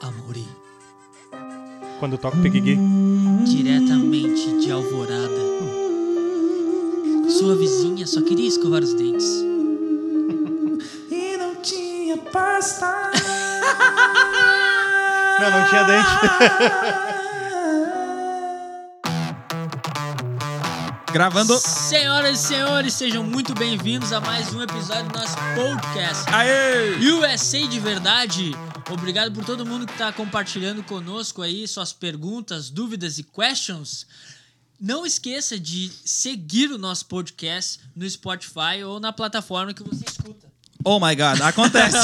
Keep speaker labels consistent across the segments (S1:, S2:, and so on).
S1: a Amori,
S2: Quando toca o Peguigui.
S1: diretamente de Alvorada. Sua vizinha só queria escovar os dentes.
S3: E não tinha pasta.
S2: Não, não tinha dente.
S3: Gravando.
S1: Senhoras e senhores, sejam muito bem-vindos a mais um episódio do nosso podcast.
S3: Aê!
S1: USA de verdade. Obrigado por todo mundo que está compartilhando conosco aí suas perguntas, dúvidas e questions. Não esqueça de seguir o nosso podcast no Spotify ou na plataforma que você escuta.
S3: Oh my god, acontece.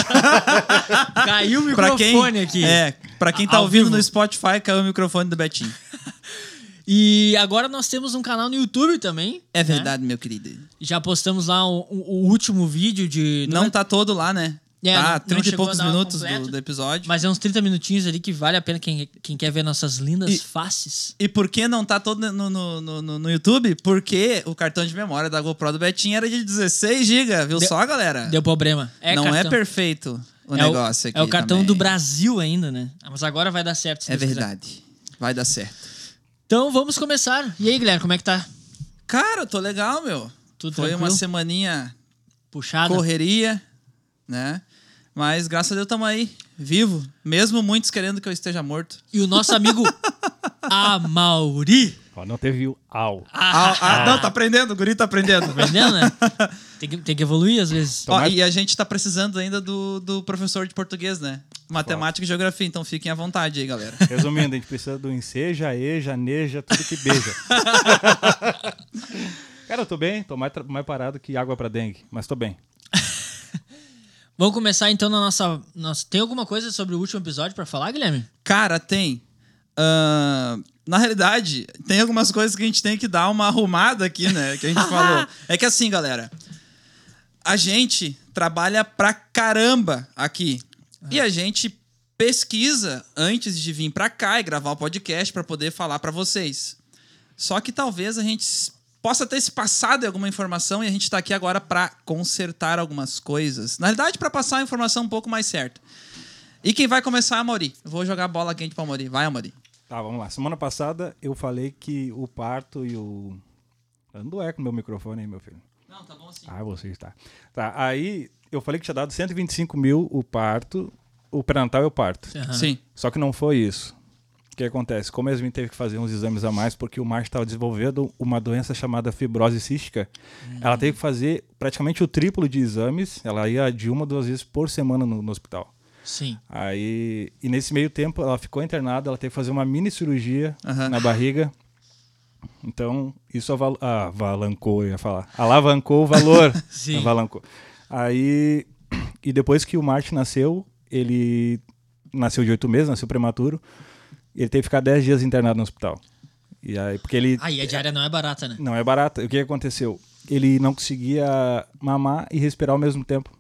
S1: Caiu o
S3: pra
S1: microfone
S3: quem,
S1: aqui.
S3: É, pra quem tá
S1: Ao
S3: ouvindo
S1: vivo.
S3: no Spotify, caiu o microfone do Betinho.
S1: E agora nós temos um canal no YouTube também.
S3: É
S1: né?
S3: verdade, meu querido.
S1: Já postamos lá o, o- o último vídeo de.
S3: Não tá todo lá, né?
S1: É, não- não
S3: tá 30 e
S1: chegou
S3: poucos
S1: a dar
S3: minutos
S1: completo.
S3: do, do episódio.
S1: Mas é uns 30 minutinhos ali que vale a pena quem, quem quer ver nossas lindas
S3: E-
S1: faces.
S3: E por que não tá todo no, no, no- no- no YouTube? Porque o cartão de memória da GoPro do Betinho era de 16 GB, viu
S1: Deu-
S3: só, galera?
S1: Deu problema. É
S3: não é
S1: cartão.
S3: perfeito o
S1: É
S3: negócio aqui.
S1: É o cartão
S3: também.
S1: do Brasil ainda, né? Ah, Mas agora vai dar certo. se
S3: É
S1: Deus quiser.
S3: verdade. Vai dar certo.
S1: Então vamos começar. E aí, Guilherme, como é que tá?
S3: Cara, eu tô legal, meu.
S1: Tudo
S3: Foi
S1: tranquilo?
S3: uma semaninha Ah,
S1: Puxado?
S3: correria, né? Mas graças a Deus tamo aí, vivo. Mesmo muitos querendo que eu esteja morto.
S1: E o nosso amigo Amauri.
S2: Ó, não teve o au.
S3: Ah, ah, não, tá aprendendo, o guri tá aprendendo.
S1: Entendeu, né? Tem que, tem que evoluir às vezes.
S3: Ó,
S2: Tomara-
S3: e a gente tá precisando ainda do, do professor de português, né? Matemática e geografia, então fiquem à vontade aí, galera.
S2: Resumindo, a gente precisa do enseja, eja, neja, tudo que beija. Cara, eu tô bem, tô mais, tra- mais parado que água pra dengue, mas tô bem.
S1: Vamos começar então na nossa, nossa. Tem alguma coisa sobre o último episódio pra falar, Guilherme?
S3: Cara, tem. Ahn, na realidade, tem algumas coisas que a gente tem que dar uma arrumada aqui, né? Que a gente falou. É que assim, galera. A gente trabalha pra caramba aqui. E a gente pesquisa antes de vir pra cá e gravar o podcast pra poder falar pra vocês. Só que talvez a gente s- possa ter se passado em alguma informação e a gente tá aqui agora pra consertar algumas coisas. Na realidade, pra passar a informação um pouco mais certa. E quem vai começar é a Mauri. Eu Vou jogar a bola quente pra Mauri. Vai, Mauri.
S2: Tá, vamos lá. Semana passada eu falei que o parto e o. Dando eco no meu microfone aí, meu filho.
S3: Não, tá bom assim.
S2: Ah, você está. Tá, aí eu falei que tinha dado 125 mil o parto, o pré-natal e o parto.
S1: Aham.
S3: Sim.
S2: Só que não foi isso. O que acontece? Como a gente teve que fazer uns exames a mais, porque o Márcio estava desenvolvendo uma doença chamada fibrose cística, ela teve que fazer praticamente o triplo de exames. Ela ia de uma, duas vezes por semana no, no hospital.
S1: Sim.
S2: Aí, e nesse meio tempo, ela ficou internada, ela teve que fazer uma mini cirurgia
S3: Aham.
S2: na barriga. Então, isso aval ah, avalancou, eu ia falar. Alavancou o valor.
S1: Sim.
S2: Avalancou. Aí, e depois que o Martin nasceu, ele nasceu de oito meses, nasceu prematuro. e Ele teve que ficar dez dias internado no hospital. E aí, porque ele
S1: Aí a diária não é barata,
S3: Hum.
S1: né?
S2: não é barato. O que aconteceu? Ele não conseguia mamar e respirar ao mesmo tempo.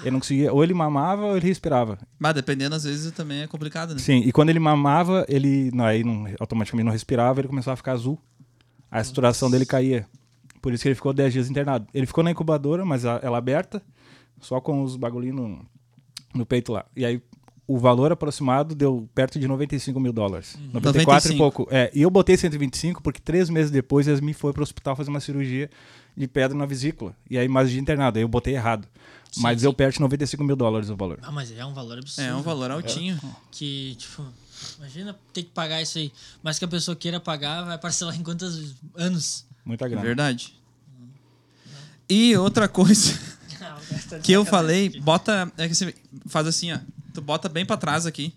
S2: Ele não conseguia, ou ele mamava ou ele respirava.
S3: Mas dependendo, às vezes também é complicado, né?
S2: Sim, e quando ele mamava, ele não, aí não, automaticamente não respirava, ele começava a ficar azul. A saturação dele caía. Por isso que ele ficou 10 dias internado. Ele ficou na incubadora, mas a- ela aberta, só com os bagulhinhos no, no peito lá. E aí o valor aproximado deu perto de 95 mil dólares. 94
S3: 95.
S2: e pouco. É, e eu botei 125 porque três meses depois eles me foi para o hospital fazer uma cirurgia de pedra na vesícula. E aí mais de internado. Aí eu botei errado. mas eu perdi 95 mil dólares o valor.
S1: Ah, mas é um valor absurdo.
S3: É um valor altinho.
S1: Que, tipo, imagina ter que pagar isso aí. Mas que a pessoa queira pagar, vai parcelar em quantos anos?
S2: Muita
S3: É
S2: grana.
S3: verdade. E outra coisa que eu falei, bota. É que você faz assim, ó. Tu bota bem pra trás aqui.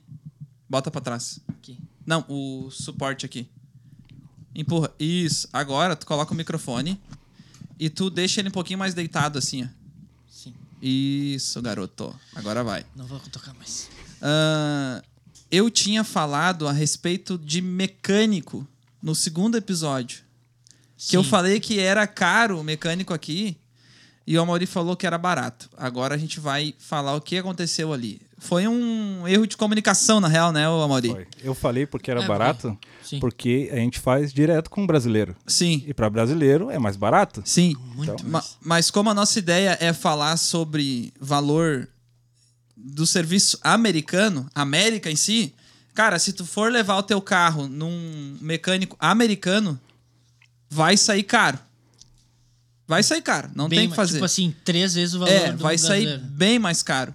S3: Bota pra trás.
S1: Aqui.
S3: Não, o suporte aqui. Empurra. Isso. Agora tu coloca o microfone e tu deixa ele um pouquinho mais deitado assim, ó.
S1: Sim,
S3: Isso, garoto. Agora vai.
S1: não vou tocar mais.
S3: Ahn, Ah, eu tinha falado a respeito de mecânico no segundo episódio. Que eu
S1: Sim.
S3: falei que era caro o mecânico aqui e o Amaury falou que era barato. Agora a gente vai falar o que aconteceu ali. Foi um erro de comunicação, na real, né, ô Amaury?
S2: Foi. Eu falei porque
S1: É,
S2: era
S1: porque-
S2: barato,
S1: sim.
S2: porque a gente faz direto com o brasileiro.
S3: Sim,
S2: E para brasileiro é mais barato.
S3: sim. Então,
S1: Muito
S3: Ma-
S1: mais.
S3: mas como a nossa ideia é falar sobre valor do serviço americano, América em si, cara, se tu for levar o teu carro num mecânico americano, vai sair caro. Vai sair caro, não
S1: Bem
S3: tem que
S1: ma-
S3: fazer.
S1: Tipo assim, três vezes o valor
S3: É,
S1: do
S3: vai sair
S1: brasileiro.
S3: bem mais caro.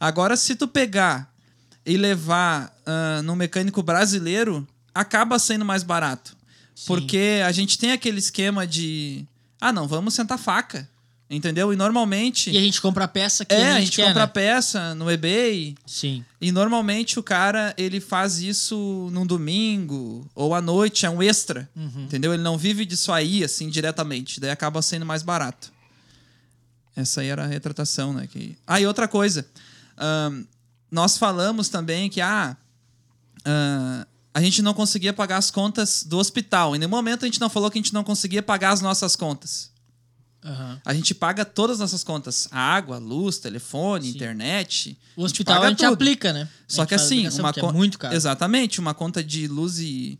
S3: Agora, se tu pegar e levar ah, num mecânico brasileiro, acaba sendo mais barato.
S1: Sim.
S3: Porque a gente tem aquele esquema de. Ah, não, vamos sentar faca. Entendeu? E normalmente.
S1: E a gente compra a peça que
S3: é,
S1: a gente, quer,
S3: compra
S1: né?
S3: peça no eBay.
S1: Sim.
S3: E normalmente o cara, ele faz isso num domingo ou à noite, é um extra.
S1: Uhum.
S3: Entendeu? Ele não vive disso aí, assim, diretamente. Daí acaba sendo mais barato. Essa aí era a retratação, né? Que... Ah, e outra coisa. Ahn, nós falamos também que, ah, ah, a gente não conseguia pagar as contas do hospital. Em nenhum momento a gente não falou que a gente não conseguia pagar as nossas contas.
S1: Aham.
S3: A gente paga todas as nossas contas. Água, luz, telefone, internet.
S1: O hospital
S3: paga
S1: a gente
S3: tudo.
S1: aplica, né? A
S3: Só
S1: gente
S3: que
S1: faz
S3: assim,
S1: aplicação,
S3: uma
S1: porque
S3: con-
S1: é muito caro.
S3: Exatamente, uma conta de luz e,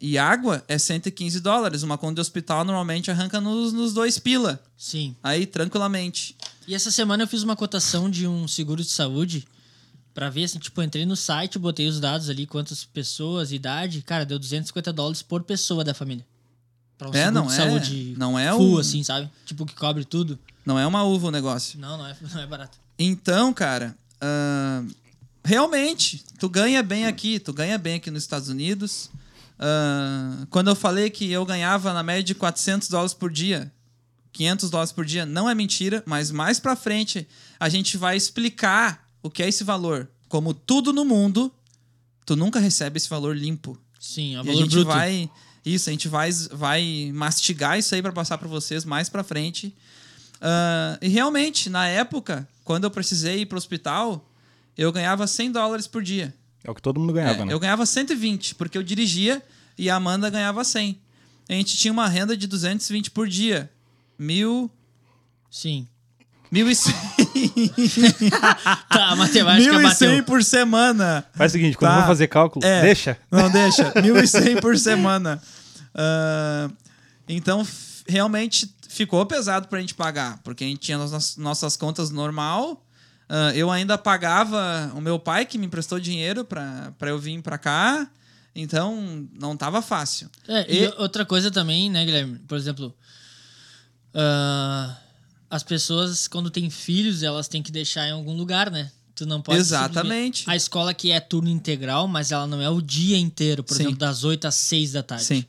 S3: e água é 115 dólares. Uma conta de hospital normalmente arranca nos, nos dois pila.
S1: Sim.
S3: Aí, tranquilamente.
S1: E essa semana eu fiz uma cotação de um seguro de saúde pra ver, assim, tipo, eu entrei no site, botei os dados ali, quantas pessoas, idade. Cara, deu 250 dólares por pessoa da família. Pra um
S3: é,
S1: seguro
S3: não
S1: de
S3: é.
S1: saúde
S3: não é
S1: full,
S3: um,
S1: assim, sabe? Tipo, que cobre tudo.
S3: Não é uma uva o negócio.
S1: Não, não é, não é barato.
S3: Então, cara, ahn, realmente, tu ganha bem aqui. Tu ganha bem aqui nos Estados Unidos. Ahn, quando eu falei que eu ganhava na média de 400 dólares por dia, 500 dólares por dia, não é mentira, mas mais pra frente a gente vai explicar o que é esse valor. Como tudo no mundo, tu nunca recebe esse valor limpo.
S1: Sim, é um
S3: E a
S1: valor
S3: gente
S1: bruto.
S3: vai isso, a gente vai, vai mastigar isso aí para passar para vocês mais para frente. Ah, e realmente, na época, quando eu precisei ir para o hospital, eu ganhava 100 dólares por dia.
S2: É o que todo mundo ganhava,
S3: É,
S2: né?
S3: Eu ganhava 120, porque eu dirigia e a Amanda ganhava 100. A gente tinha uma renda de 220 por dia. Mil.
S1: Sim.
S3: 1.100
S1: Tá, a matemática bateu.
S3: 1.100 por semana.
S2: Faz o seguinte, quando
S3: Tá.
S2: eu for fazer cálculo,
S3: É.
S2: deixa.
S3: Não, deixa. 1.100 por semana. Ah, então, f- realmente ficou pesado pra gente pagar, porque a gente tinha nossas, nossas contas normal. Ah, eu ainda pagava o meu pai, que me emprestou dinheiro pra, pra eu vir pra cá. Então, não tava fácil.
S1: É, e...
S3: E-
S1: outra coisa também, né, Guilherme? Por exemplo, ah, as pessoas, quando têm filhos, elas têm que deixar em algum lugar, né? Tu não pode.
S3: Exatamente.
S1: simplesmente- A escola que é turno integral, mas ela não é o dia inteiro, por
S3: Sim.
S1: exemplo, das 8 às 6 da tarde.
S3: Sim.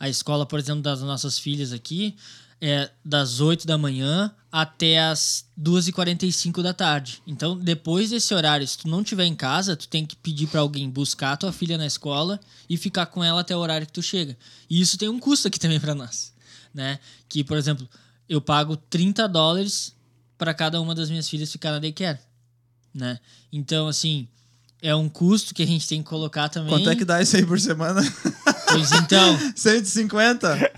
S1: A escola, por exemplo, das nossas filhas aqui é das 8 da manhã até as 2h45 da tarde. Então, depois desse horário, se tu não tiver em casa, tu tem que pedir pra alguém buscar a tua filha na escola e ficar com ela até o horário que tu chega. E isso tem um custo aqui também pra nós, né? Que, por exemplo, eu pago 30 dólares pra cada uma das minhas filhas ficar na daycare, né? Então, assim, é um custo que a gente tem que colocar também.
S3: Quanto é que dá isso aí por semana?
S1: Pois então,
S3: 150?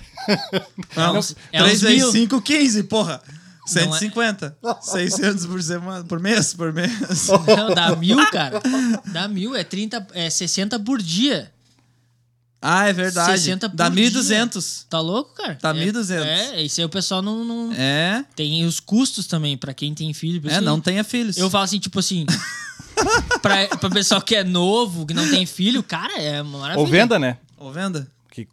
S3: Não,
S1: é uns- é uns
S3: 3 vezes
S1: mil.
S3: 5, 15, porra.
S1: é-
S3: 150. 600 por semana, por mês, por mês.
S1: Não, dá mil, cara. Dá mil, é 30, é 60 por dia.
S3: Ah, é verdade.
S1: 60 por
S3: Dá
S1: dia.
S3: 1.200.
S1: Tá louco, cara?
S3: Tá
S1: É-
S3: 1.200.
S1: É, isso aí o pessoal não. não-
S3: É,
S1: Tem os custos também, pra quem tem filho. Por isso
S3: é,
S1: que
S3: não tenha filhos.
S1: Eu falo assim, tipo assim. pra, pra pessoal que é novo, que não tem filho, cara, é uma maravilha.
S2: Ou venda, né?
S3: Ô, venda?
S2: Que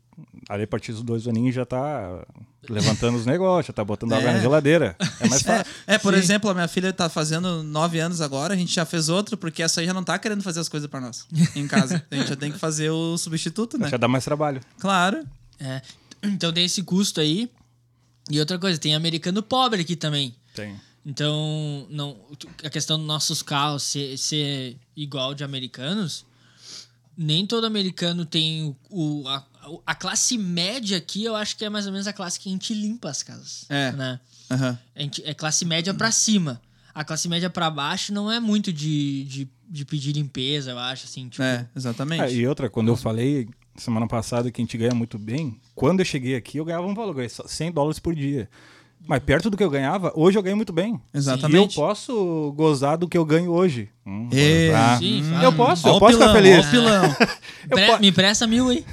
S2: ali a partir dos dois aninhos já tá levantando os negócios, já tá botando água
S3: É.
S2: na geladeira. É mais fácil.
S3: É, é, por exemplo, a minha filha tá fazendo nove anos agora, a gente já fez outro, porque essa aí já não tá querendo fazer as coisas pra nós em casa. A gente já tem que fazer o substituto, né?
S2: Já dá mais trabalho.
S3: Claro.
S1: É. Então tem esse custo aí. E outra coisa, tem americano pobre aqui também.
S2: Tem.
S1: Então, não, tu- a questão dos nossos carros ser, ser igual de americanos, nem todo americano tem o, o- a, a classe média aqui, eu acho que é mais ou menos a classe que a gente limpa as casas.
S3: É.
S1: Né?
S3: Aham.
S1: A gente- é classe média pra cima. A classe média pra baixo não é muito de, de, de pedir limpeza, eu acho, assim, tipo,
S3: É, exatamente.
S2: Ah, e outra, quando eu falei semana passada que a gente ganha muito bem, quando eu cheguei aqui, eu ganhava um valor, eu ganhei só 100 dólares por dia. Mas perto do que eu ganhava, hoje eu ganho muito bem. E eu
S3: Exatamente.
S2: posso gozar do que eu ganho hoje. Hum,
S3: É.
S2: tá.
S1: Sim,
S2: Hum,
S1: fala.
S2: eu posso,
S3: Ó
S2: eu
S3: o
S2: posso
S3: pilão,
S2: ficar feliz.
S3: ó o pilão.
S1: "Pre- me presta mil aí.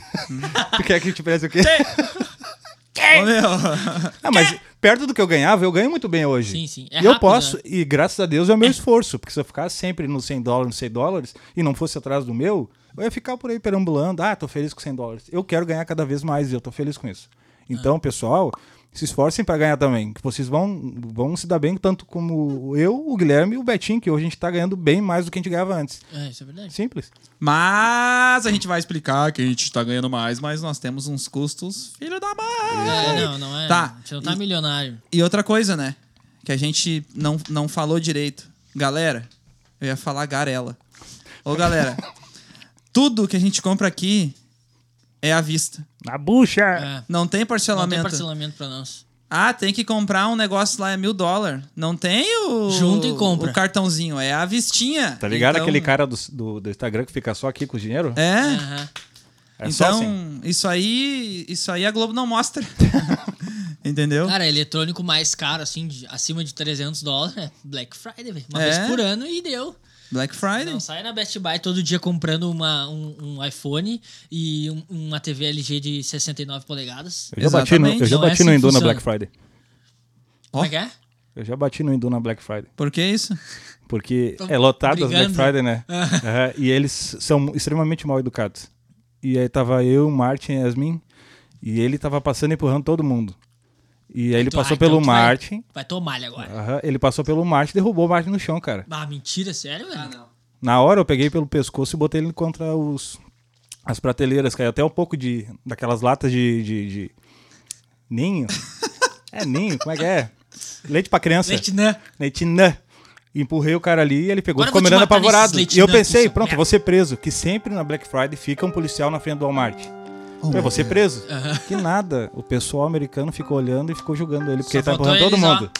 S2: é Tu quer que eu te preste o quê?
S3: Ô, meu.
S2: Ah, mas perto do que eu ganhava, eu ganho muito bem hoje.
S1: Sim, sim. É
S2: e eu
S1: rápido,
S2: posso,
S1: né?
S2: e graças a Deus é o meu esforço, porque se eu ficar sempre nos 100 dólares, nos 100 dólares, e não fosse atrás do meu, eu ia ficar por aí perambulando. Ah, tô feliz com 100 dólares. Eu quero ganhar cada vez mais e eu tô feliz com isso.
S1: É.
S2: Então, pessoal, se esforcem para ganhar também, que vocês vão, vão se dar bem tanto como eu, o Guilherme e o Betinho, que hoje a gente tá ganhando bem mais do que a gente ganhava antes.
S1: É, isso é verdade.
S2: Simples.
S3: Mas a gente vai explicar que a gente tá ganhando mais, mas nós temos uns custos, filho da
S1: É,
S3: mãe.
S1: não, não é.
S3: Tá.
S1: A gente não tá
S3: E-
S1: milionário.
S3: E outra coisa, né? Que a gente não, não falou direito. Galera, eu ia falar garela. Ô, galera, tudo que a gente compra aqui é à vista.
S2: Na bucha!
S1: É.
S3: Não tem
S1: Não
S3: parcelamento.
S1: tem parcelamento pra nós.
S3: Ah, tem que comprar um negócio lá, é mil dólares. Não tem o.
S1: Junta e compra.
S3: O cartãozinho, é a vistinha.
S2: Tá ligado
S3: Então-
S2: aquele cara do, do, do Instagram que fica só aqui com o dinheiro?
S3: É.
S1: Aham.
S2: É,
S3: então,
S2: só assim.
S3: isso aí. Isso aí a Globo não mostra. Entendeu?
S1: Cara, eletrônico mais caro, assim, de- acima de 300 dólares, é Black Friday, velho. Uma
S3: É?
S1: vez por ano e deu.
S3: Black
S2: É,
S3: Friday.
S2: né?
S1: Não sai na Best Buy todo dia comprando uma, um, um iPhone e um- uma TV LG de 69 polegadas.
S2: Eu já bati no, eu já
S1: Não é
S2: bati
S1: assim
S2: no
S1: que
S2: Hindu na
S1: funciona.
S2: Black Friday.
S1: Como é que é?
S2: Eu já bati no Hindu na Black Friday.
S3: Por que isso?
S2: Porque
S1: Tão
S2: é lotado as Black
S1: brigando.
S2: Friday, né? Aham, e eles são extremamente mal educados. E aí tava eu, o Martin e a Yasmin. E ele tava passando e empurrando todo mundo. E aí ele
S1: Tu-
S2: passou
S1: ah, então
S2: pelo
S1: tu vai-
S2: Martin.
S1: Vai tomar ele agora.
S2: Aham, ele passou pelo Martin e derrubou o Martin no chão, cara.
S1: Ah, mentira, sério, velho?
S2: Na hora eu peguei pelo pescoço e botei ele contra os as prateleiras, caiu até um pouco de daquelas latas de, de, de- ninho. é ninho, como é que é? Leite pra criança.
S1: Leite, né?
S2: Leitinã. Empurrei o cara ali e ele pegou,
S1: Agora eu
S2: ficou
S1: vou te
S2: mirando
S1: matar
S2: apavorado.
S1: nesses
S2: E eu
S1: leitinã,
S2: pensei,
S1: seu
S2: pronto,
S1: merda.
S2: vou ser preso. Que sempre na Black Friday fica um policial na frente do Walmart. eu vou ser preso. Que nada. O pessoal americano ficou olhando e ficou julgando ele, porque
S1: Só
S2: ele tá
S1: faltou
S2: empurrando todo
S1: eles, ó.
S2: mundo.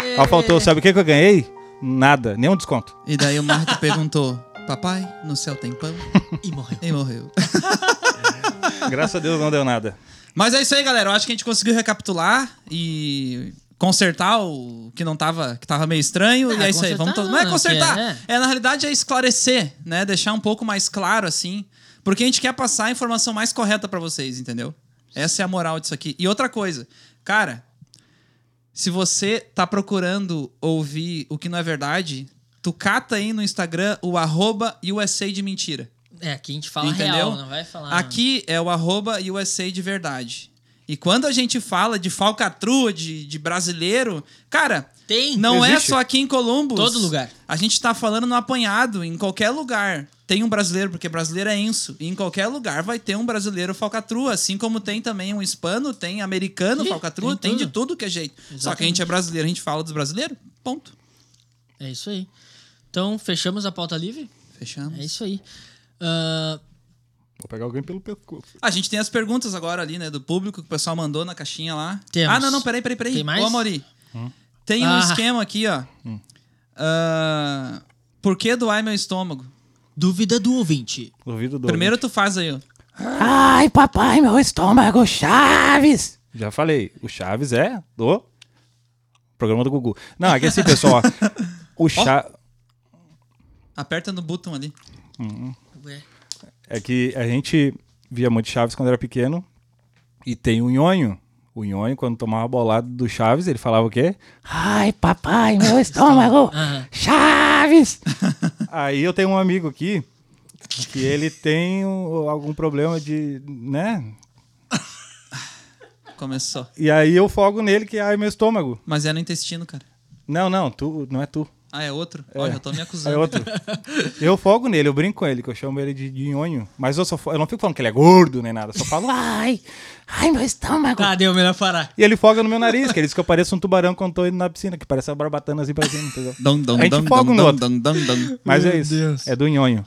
S1: Ê,
S2: Ó, faltou, sabe o que que eu ganhei? Nada, nenhum desconto.
S3: E daí o Marco perguntou: Papai, no céu tem pão?
S1: E morreu.
S3: E morreu.
S2: Graças a Deus não deu nada.
S3: Mas é isso aí, galera. Eu acho que a gente conseguiu recapitular e consertar o que não tava, que tava meio estranho.
S1: Não,
S3: e é isso aí. Vamos
S1: Ah, consertar
S3: to- Não é
S1: não,
S3: consertar.
S1: né?
S3: É, na realidade, é esclarecer, né? Deixar um pouco mais claro, assim. Porque a gente quer passar a informação mais correta pra vocês, entendeu? Essa é a moral disso aqui. E outra coisa, cara, se você tá procurando ouvir o que não é verdade, tu cata aí no Instagram o arroba USA de mentira.
S1: É, aqui a gente fala
S3: Entendeu?
S1: real, não vai falar.
S3: Aqui é o arroba USA de verdade. E quando a gente fala de falcatrua, de, de brasileiro, cara,
S1: Tem.
S3: não é
S2: Existe.
S3: só aqui em Columbus.
S1: Todo lugar.
S3: A gente tá falando no apanhado, em qualquer lugar. Tem um brasileiro, porque brasileiro é enso. E em qualquer lugar vai ter um brasileiro falcatrua. Assim como tem também um hispano, tem americano
S1: Ih,
S3: falcatrua,
S1: tem
S3: tem, de
S1: tudo.
S3: tudo que é jeito. Só que a
S1: Exatamente.
S3: gente é brasileiro, a gente fala dos brasileiros, ponto.
S1: É isso aí. Então, fechamos a pauta livre?
S3: Fechamos.
S1: É isso aí. Ah,
S2: Vou pegar alguém pelo pescoço.
S3: A gente tem as perguntas agora ali, né, do público que o pessoal mandou na caixinha lá.
S1: Temos.
S3: Ah, não, não, peraí, peraí, peraí.
S1: Tem mais?
S3: Ô, Amori,
S2: Hum.
S3: tem um
S1: Ah.
S3: esquema aqui, ó. Ah, por que doar meu estômago?
S1: dúvida do ouvinte.
S2: Ouvido do
S3: Primeiro tu faz aí, ó.
S2: Ai, papai, meu estômago, Chaves! Já falei, o Chaves é do programa do Gugu. Não, é que assim, pessoal, ó, o Chaves...
S3: Aperta no botão ali.
S1: Ué.
S2: É que a gente via muito Chaves quando era pequeno e tem o Nhonho. O Nhonho, quando tomava bolado do Chaves, ele falava o quê? Ai, papai, meu estômago,
S1: Aham.
S2: Chaves! Aí eu tenho um amigo aqui que ele tem o- algum problema de, né?
S3: Começou.
S2: E aí eu fogo nele que, ai, meu estômago.
S3: Mas é no intestino, cara.
S2: Não, não, tu, não é tu.
S3: Ah, é outro? Olha, eu tô me acusando.
S2: É outro. Eu fogo nele, eu brinco com ele, que eu chamo ele de Nhonho. Mas eu, só, fo- eu não fico falando que ele é gordo nem nada, eu só falo, ai, ai, meu estômago.
S1: Tá, deu melhor parar.
S2: E ele foga no meu nariz, que ele diz que eu pareço um tubarão quando tô indo na piscina, que parece uma barbatana assim pra cima, entendeu?
S3: Dum, dum,
S2: A gente
S3: dum,
S2: foca
S3: dum,
S2: um no
S3: dum,
S2: outro.
S3: dum, dum, dum.
S2: Mas é
S1: Meu
S2: isso.
S1: Deus.
S2: É do nhonho.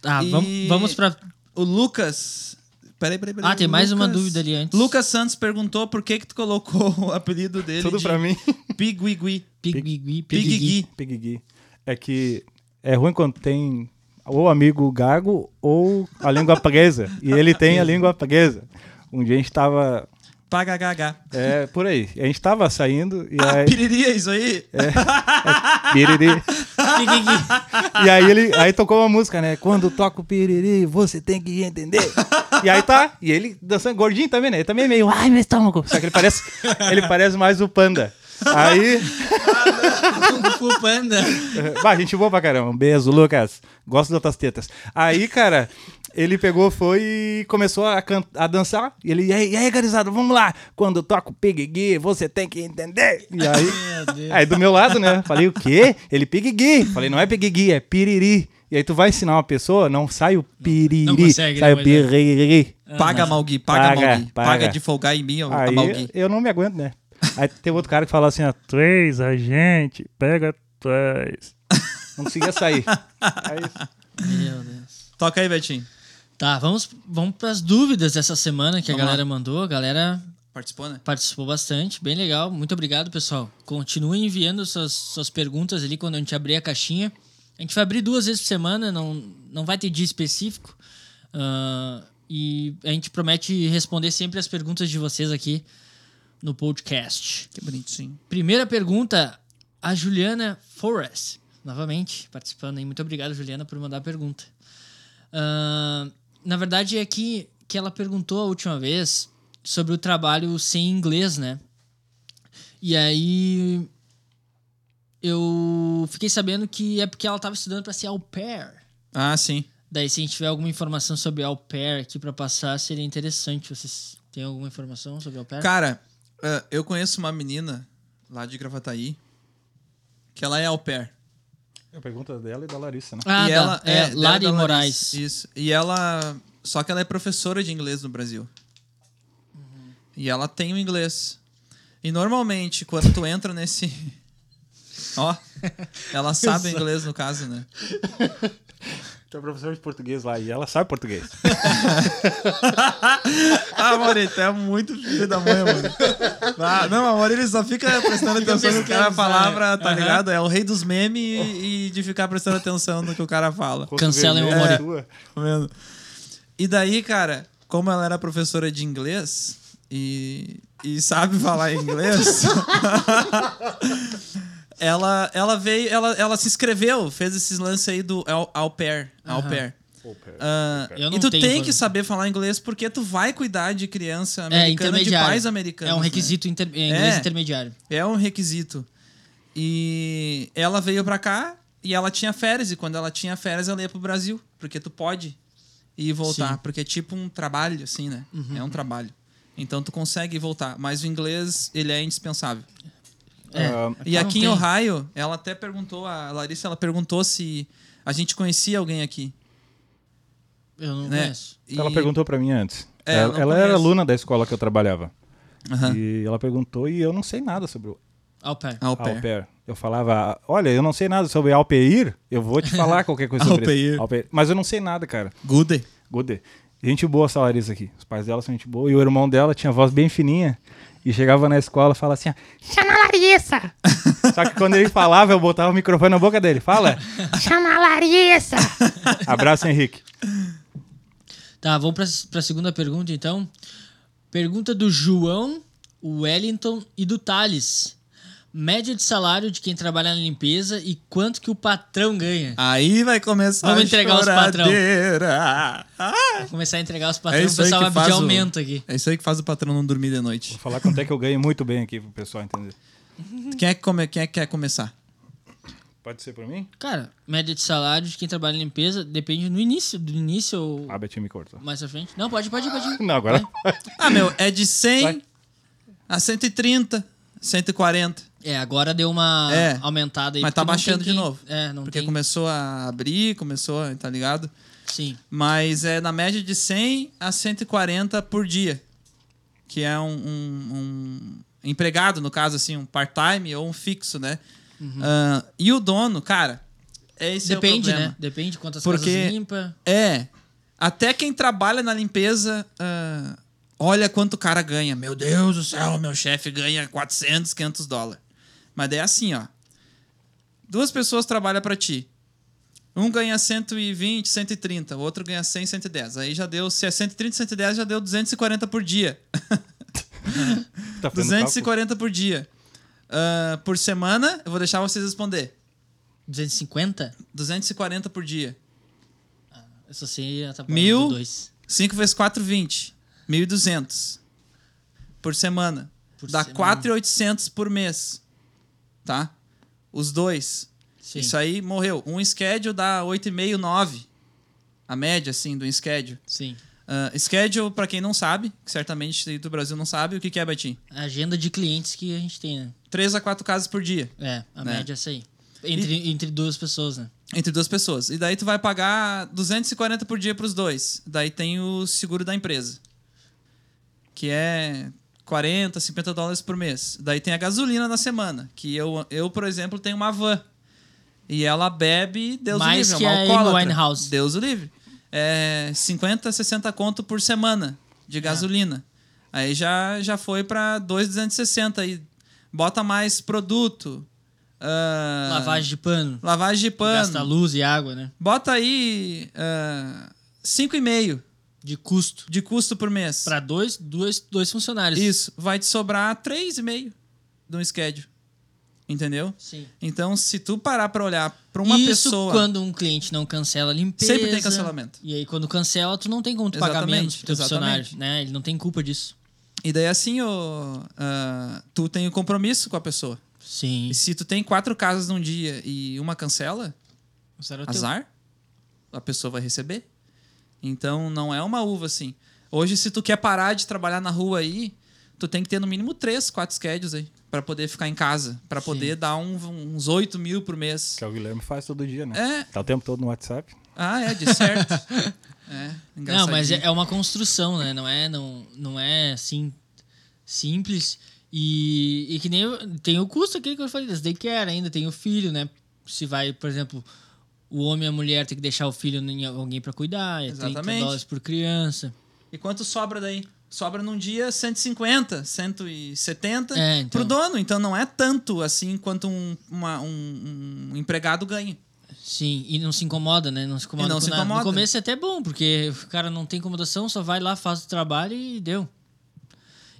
S1: Tá,
S3: E-
S1: vamos, vamos pra.
S3: O Lucas... Peraí, peraí, peraí.
S1: Ah, tem mais uma dúvida ali antes.
S3: Lucas Santos perguntou por que que tu colocou o apelido dele
S2: Tudo
S3: de
S2: pra mim.
S3: Piguigui.
S1: Pigui,
S3: Pigui.
S2: Pigui. É que é ruim quando tem ou amigo gago ou a língua presa. E ele tem a língua presa. Um dia a gente tava.
S3: Paga HH.
S2: É, por aí. A gente tava saindo e
S3: Ah,
S2: aí.
S3: piriri é isso aí?
S2: piriri.
S1: Fica aqui.
S2: E aí ele aí tocou uma música, né? Quando toca o piriri, você tem que entender. E aí tá, e ele dançando gordinho também, né? Ele também é meio, ai, meu estômago. Só que ele parece, ele parece mais o panda. Aí,
S1: Kung Fu Panda.
S3: Ah,
S2: bah, gente boa pra caramba. Um beijo, Lucas. Gosto das tuas tetas. Aí, cara, ele pegou, foi e começou a, can- a dançar. E ele, e aí, e aí, garizada, vamos lá. Quando toca o piggy, você tem que entender. E aí,
S1: Meu Deus.
S2: Aí do meu lado, né? Falei, o quê? Ele pigui. Falei, não é pigui, é piriri. E aí tu vai ensinar uma pessoa, não sai o piriri,
S1: não consegue,
S2: sai
S1: né,
S2: o piriri.
S3: Paga, Malgui, paga,
S2: Paga,
S3: Malgui. Paga.
S2: paga.
S3: de folgar em mim, ô,
S2: Aí
S3: Malgui.
S2: eu não me aguento, né? Aí tem outro cara que fala assim, ó, três, a gente, pega três. Não conseguia sair. Aí,
S1: Meu Deus.
S3: Toca aí, Betinho.
S1: Tá, vamos, vamos pras dúvidas dessa semana que a
S3: Vamos
S1: galera mandou. A galera
S3: Participou, né?
S1: participou bastante, bem legal. Muito obrigado, pessoal. Continuem enviando suas, suas perguntas ali quando a gente abrir a caixinha. A gente vai abrir duas vezes por semana, não, não vai ter dia específico. Ah, e a gente promete responder sempre as perguntas de vocês aqui no podcast.
S3: Que bonitinho.
S1: Primeira pergunta, a Juliana Forrest, novamente participando aí. Muito obrigado, Juliana, por mandar a pergunta. Ahn, na verdade, é que, que ela perguntou a última vez sobre o trabalho sem inglês, né? E aí eu fiquei sabendo que é porque ela estava estudando para ser au pair.
S3: Ah, sim.
S1: Daí, se a gente tiver alguma informação sobre au pair aqui para passar, seria interessante. Vocês têm alguma informação sobre au pair?
S3: Cara, ah, eu conheço uma menina lá de Gravataí que ela é au pair.
S2: a pergunta dela e da Larissa, né?
S1: ah,
S3: e
S1: tá.
S3: ela
S1: é,
S3: dela
S1: Lari
S3: da Larissa.
S1: Moraes.
S3: Isso. E ela. Só que ela é professora de inglês no Brasil. E ela tem o inglês. E normalmente, quando tu entra nesse. Ó, ela sabe inglês no caso, né?
S2: Tem um professor de português lá e ela sabe português.
S3: Ah, Maurício, é muito filho da mãe, mano. Ah, não, amor, ele só fica prestando atenção no que o cara
S1: pesquisando,
S3: fala,
S1: né?
S3: tá ligado? É o rei dos memes e, e de ficar prestando atenção no que o cara fala.
S1: Cancela em
S2: Rosto
S1: memória.
S2: vermelho, sua.
S3: Tá vendo? E daí, cara, como ela era professora de inglês e, e sabe falar inglês, ela, ela veio, ela, ela se inscreveu, fez esses lances aí do au, au pair. Au
S1: Aham.
S3: pair.
S2: Pô, pera.
S3: Ah,
S1: Eu
S3: e
S1: não
S3: tu
S1: tenho
S3: tem
S1: forma.
S3: que saber falar inglês porque tu vai cuidar de criança
S1: É,
S3: americana de
S1: intermediário.
S3: pais americanos.
S1: É um
S3: né?
S1: requisito inter... é inglês
S3: É.
S1: intermediário.
S3: É um requisito. E ela veio pra cá e ela tinha férias. E quando ela tinha férias, ela ia pro Brasil. Porque tu pode ir e voltar.
S1: Sim. Uhum.
S3: Porque é tipo um trabalho, assim, né? É um trabalho. Então tu consegue voltar. Mas o inglês, ele é indispensável.
S1: É.
S2: Ah,
S3: E
S1: Não
S3: aqui
S1: tem.
S3: em Ohio, ela até perguntou, a Larissa, ela perguntou se a gente conhecia alguém aqui.
S1: Eu não
S3: Né?
S1: conheço.
S3: E-
S2: Ela perguntou pra mim antes.
S3: É, eu
S2: ela
S3: não
S2: ela era
S3: conheço.
S2: aluna da escola que eu trabalhava.
S3: Aham.
S2: E ela perguntou e eu não sei nada sobre o
S1: Au pair.
S3: Au
S2: Au
S3: pair.
S2: pair. Eu falava, olha, eu não sei nada sobre Alpeir, eu vou te falar qualquer coisa sobre
S3: Au
S2: isso.
S3: pair.
S2: Au pair. Mas eu não sei nada, cara.
S3: Good.
S2: Godê. Gente boa essa Larissa aqui. Os pais dela são gente boa. E o irmão dela tinha voz bem fininha. E chegava na escola e falava assim, ó,
S4: Chama a Larissa!
S2: só que quando ele falava, eu botava o microfone na boca dele. Fala.
S4: Chama a Larissa!
S2: Abraço, Henrique.
S1: Tá, vamos pra, pra segunda pergunta, então. Pergunta do João, o Wellington e do Thales. Média de salário de quem trabalha na limpeza e quanto que o patrão ganha.
S3: Aí vai começar
S1: Vamos
S3: a
S1: entregar os patrão.
S3: choradeira. Ah!
S1: Vou começar a entregar os
S3: É
S1: patrões, o
S3: isso aí
S1: pessoal
S3: que
S1: vai pedir
S3: faz o-
S1: aumento aqui.
S3: É isso aí que faz o patrão não dormir de noite.
S2: Vou falar quanto é que eu ganho muito bem aqui pro pessoal entender.
S3: Quem é que, come- quem é que quer começar?
S2: Pode ser pra mim?
S1: Cara, média de salário de quem trabalha na limpeza depende no início, do início ou
S2: A Betinho me cortou.
S1: mais à frente. Não, pode, pode, pode.
S2: Não, agora...
S3: Ah, meu, é de 100
S2: Vai.
S3: a 130, 140.
S1: É, agora deu uma
S3: É,
S1: aumentada aí.
S3: mas tá
S1: porque não tem
S3: baixando de
S1: quem-
S3: novo.
S1: É, não
S3: porque
S1: tem.
S3: começou a abrir, começou, a, tá ligado?
S1: Sim.
S3: Mas é na média de 100 a 140 por dia. Que é um, um- um empregado, no caso, assim, um part-time ou um fixo, né? Ah, e o dono, cara, é esse
S1: Uhum. Depende,
S3: é o problema.
S1: né? Depende de quantas
S3: Porque-
S1: casas limpa.
S3: É. Até quem trabalha na limpeza, ah, olha quanto o cara ganha. Meu Deus do céu, meu chefe ganha 400, 500 dólares. Mas daí é assim, ó. Duas pessoas trabalham pra ti. Um ganha 120, 130, o outro ganha 100, 110. Aí já deu, se é 130, 110, já deu 240 por dia.
S2: Tá fazendo cálculo?
S3: 240 por dia. Ah, por semana, eu vou deixar vocês responder.
S1: 250?
S3: 240 por dia.
S1: Eu só sei a tabela
S3: Mil?
S1: do 2.
S3: 5 vezes 4, 20. 1.200 por semana.
S1: Por
S3: Dá
S1: semana.
S3: 4.800 por mês. Tá? Os dois.
S1: Sim.
S3: Isso aí morreu. Um schedule dá 8,5, 9. A média, assim, do schedule.
S1: Sim.
S3: Ah, schedule, pra quem não sabe, que certamente do Brasil não sabe, o que, que é, Betim?
S1: A agenda de clientes que a gente tem, né?
S3: 3 a 4 casos por dia.
S1: É, a
S3: Né?
S1: média é essa aí. Entre, entre duas pessoas, né?
S3: Entre duas pessoas. E daí tu vai pagar 240 por dia pros dois. Daí tem o seguro da empresa. Que é 40, 50 dólares por mês. Daí tem a gasolina na semana. Que eu, eu por exemplo, tenho uma van. E ela bebe, Deus
S1: Mais
S3: o livre,
S1: que
S3: é
S1: a
S3: uma
S1: Amy
S3: alcoólatra.
S1: Winehouse.
S3: Deus o livre. É 50, 60 conto por semana
S1: É.
S3: de gasolina. Aí já, já foi pra 2,260. Aí bota mais produto. ah,
S1: Lavagem de pano,
S3: Lavagem de pano.
S1: Gasta luz e água, né?
S3: Bota aí é, 5,5
S1: De custo.
S3: de custo por mês.
S1: Pra dois, dois, dois funcionários.
S3: Isso. Vai te sobrar 3,5 de um schedule. Entendeu?
S1: Sim.
S3: Então, se tu parar pra olhar pra uma
S1: Isso
S3: pessoa.
S1: quando um cliente não cancela a limpeza.
S3: Sempre tem cancelamento.
S1: E aí, quando cancela, tu não tem como tu pagar
S3: Exatamente,
S1: menos pro teu
S3: exatamente.
S1: funcionário, né? Ele não tem culpa disso.
S3: E daí, assim, ô, ah, tu tem o compromisso com a pessoa.
S1: Sim.
S3: E se tu tem quatro casas num dia e uma cancela,
S1: Será o teu?
S3: azar, a pessoa vai receber. Então não é uma uva assim. Hoje, se tu quer parar de trabalhar na rua aí, tu tem que ter no mínimo três, quatro schedules aí pra poder ficar em casa, pra
S1: Sim.
S3: poder dar um- uns 8 mil por mês.
S2: Que é o Guilherme faz todo dia, né?
S3: É,
S2: Tá o tempo todo no WhatsApp.
S3: ah, é, de certo. é,
S1: Não, mas é
S3: engraçadinho.
S1: é uma construção, né? Não é, não, não é assim simples. E, e que nem eu- tem o custo aquele que eu falei, das daycare ainda, tem o filho, né? Se vai, por exemplo, o homem e a mulher tem que deixar o filho em alguém pra cuidar, é 30
S3: Exatamente.
S1: dólares por criança.
S3: E quanto sobra daí? Sobra num dia 150, 170
S1: É, então.
S3: pro dono. Então não é tanto assim quanto um, uma- um- um empregado ganha.
S1: Sim, e não se incomoda, né? Não se incomoda
S3: E não
S1: com
S3: se
S1: nada.
S3: incomoda.
S1: No começo é até bom, porque o cara não tem incomodação, só vai lá, faz o trabalho e deu.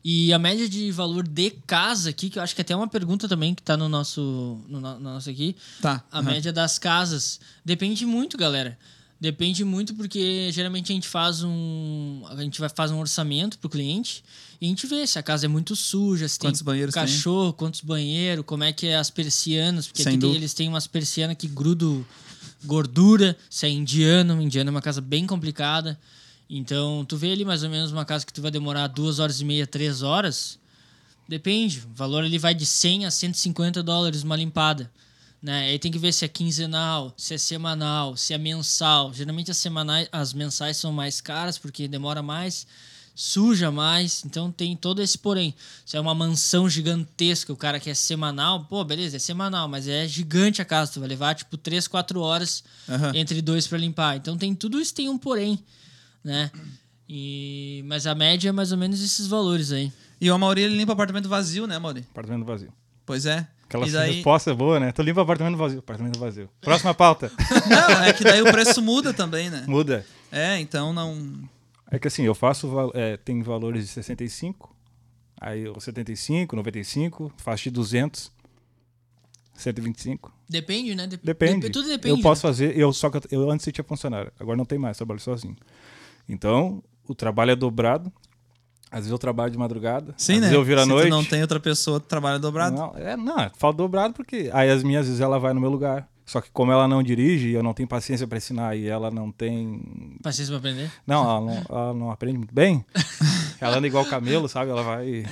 S1: E a média de valor de casa aqui, que eu acho que até é uma pergunta também que tá no nosso, no, no- no nosso aqui,
S3: Tá.
S1: a
S3: aham.
S1: média das casas. Depende muito, galera. Depende muito porque geralmente a gente faz um, a gente vai faz um orçamento pro cliente e a gente vê se a casa é muito suja, se
S3: Quantos
S1: tem
S3: banheiros tem?
S1: cachorro, quantos banheiros, como é que é as persianas, porque
S3: Sem
S1: aqui tem-
S3: dúvida.
S1: eles têm umas persianas que grudam gordura, se é indiano, indiano é uma casa bem complicada. Então, tu vê ali mais ou menos uma casa que tu vai demorar duas horas e meia, três horas, Depende. O valor ele vai de 100 a 150 dólares uma limpada. Né? Aí tem que ver se é quinzenal, se é semanal, se é mensal. Geralmente as, semanais, as mensais são mais caras porque demora mais, suja mais. Então tem todo esse porém. Se é uma mansão gigantesca, o cara quer semanal, pô, beleza, é semanal, mas é gigante a casa. Tu vai levar tipo 3, 4 horas
S3: Aham.
S1: entre dois para limpar. Então tem tudo isso, tem um porém. Né? E, mas a média é mais ou menos esses valores aí.
S3: E o Amaury, ele limpa apartamento vazio, né, Amaury?
S2: Apartamento vazio.
S3: Pois é.
S2: Aquela
S3: e daí...
S2: resposta é boa, né? Tu limpa apartamento vazio. Apartamento vazio. Próxima pauta.
S3: Não, é que daí o preço muda também, né?
S2: Muda.
S3: É, então não.
S2: É que assim, eu faço. val- é, tem valores de 65, aí eu 75, 95, faço de 200, 125.
S1: Depende, né? Dep-
S2: Depende.
S1: dep- tudo depende.
S2: Eu posso
S3: né?
S2: fazer, eu só que eu- eu antes eu tinha funcionário, agora não tem mais, trabalho sozinho. Então, o trabalho é dobrado. Às vezes eu trabalho de madrugada,
S3: Sim,
S2: às
S3: né?
S2: vezes eu viro à
S3: Se
S2: noite.
S3: tu não tem outra pessoa, tu trabalha dobrado.
S2: Não, é, não, falo dobrado porque aí as minhas às vezes ela vai no meu lugar. Só que como ela não dirige, eu não tenho paciência pra ensinar e ela não tem
S1: né? Paciência pra aprender?
S2: não, ela não, ela não aprende muito bem. Ela anda igual o camelo, sabe? Ela vai.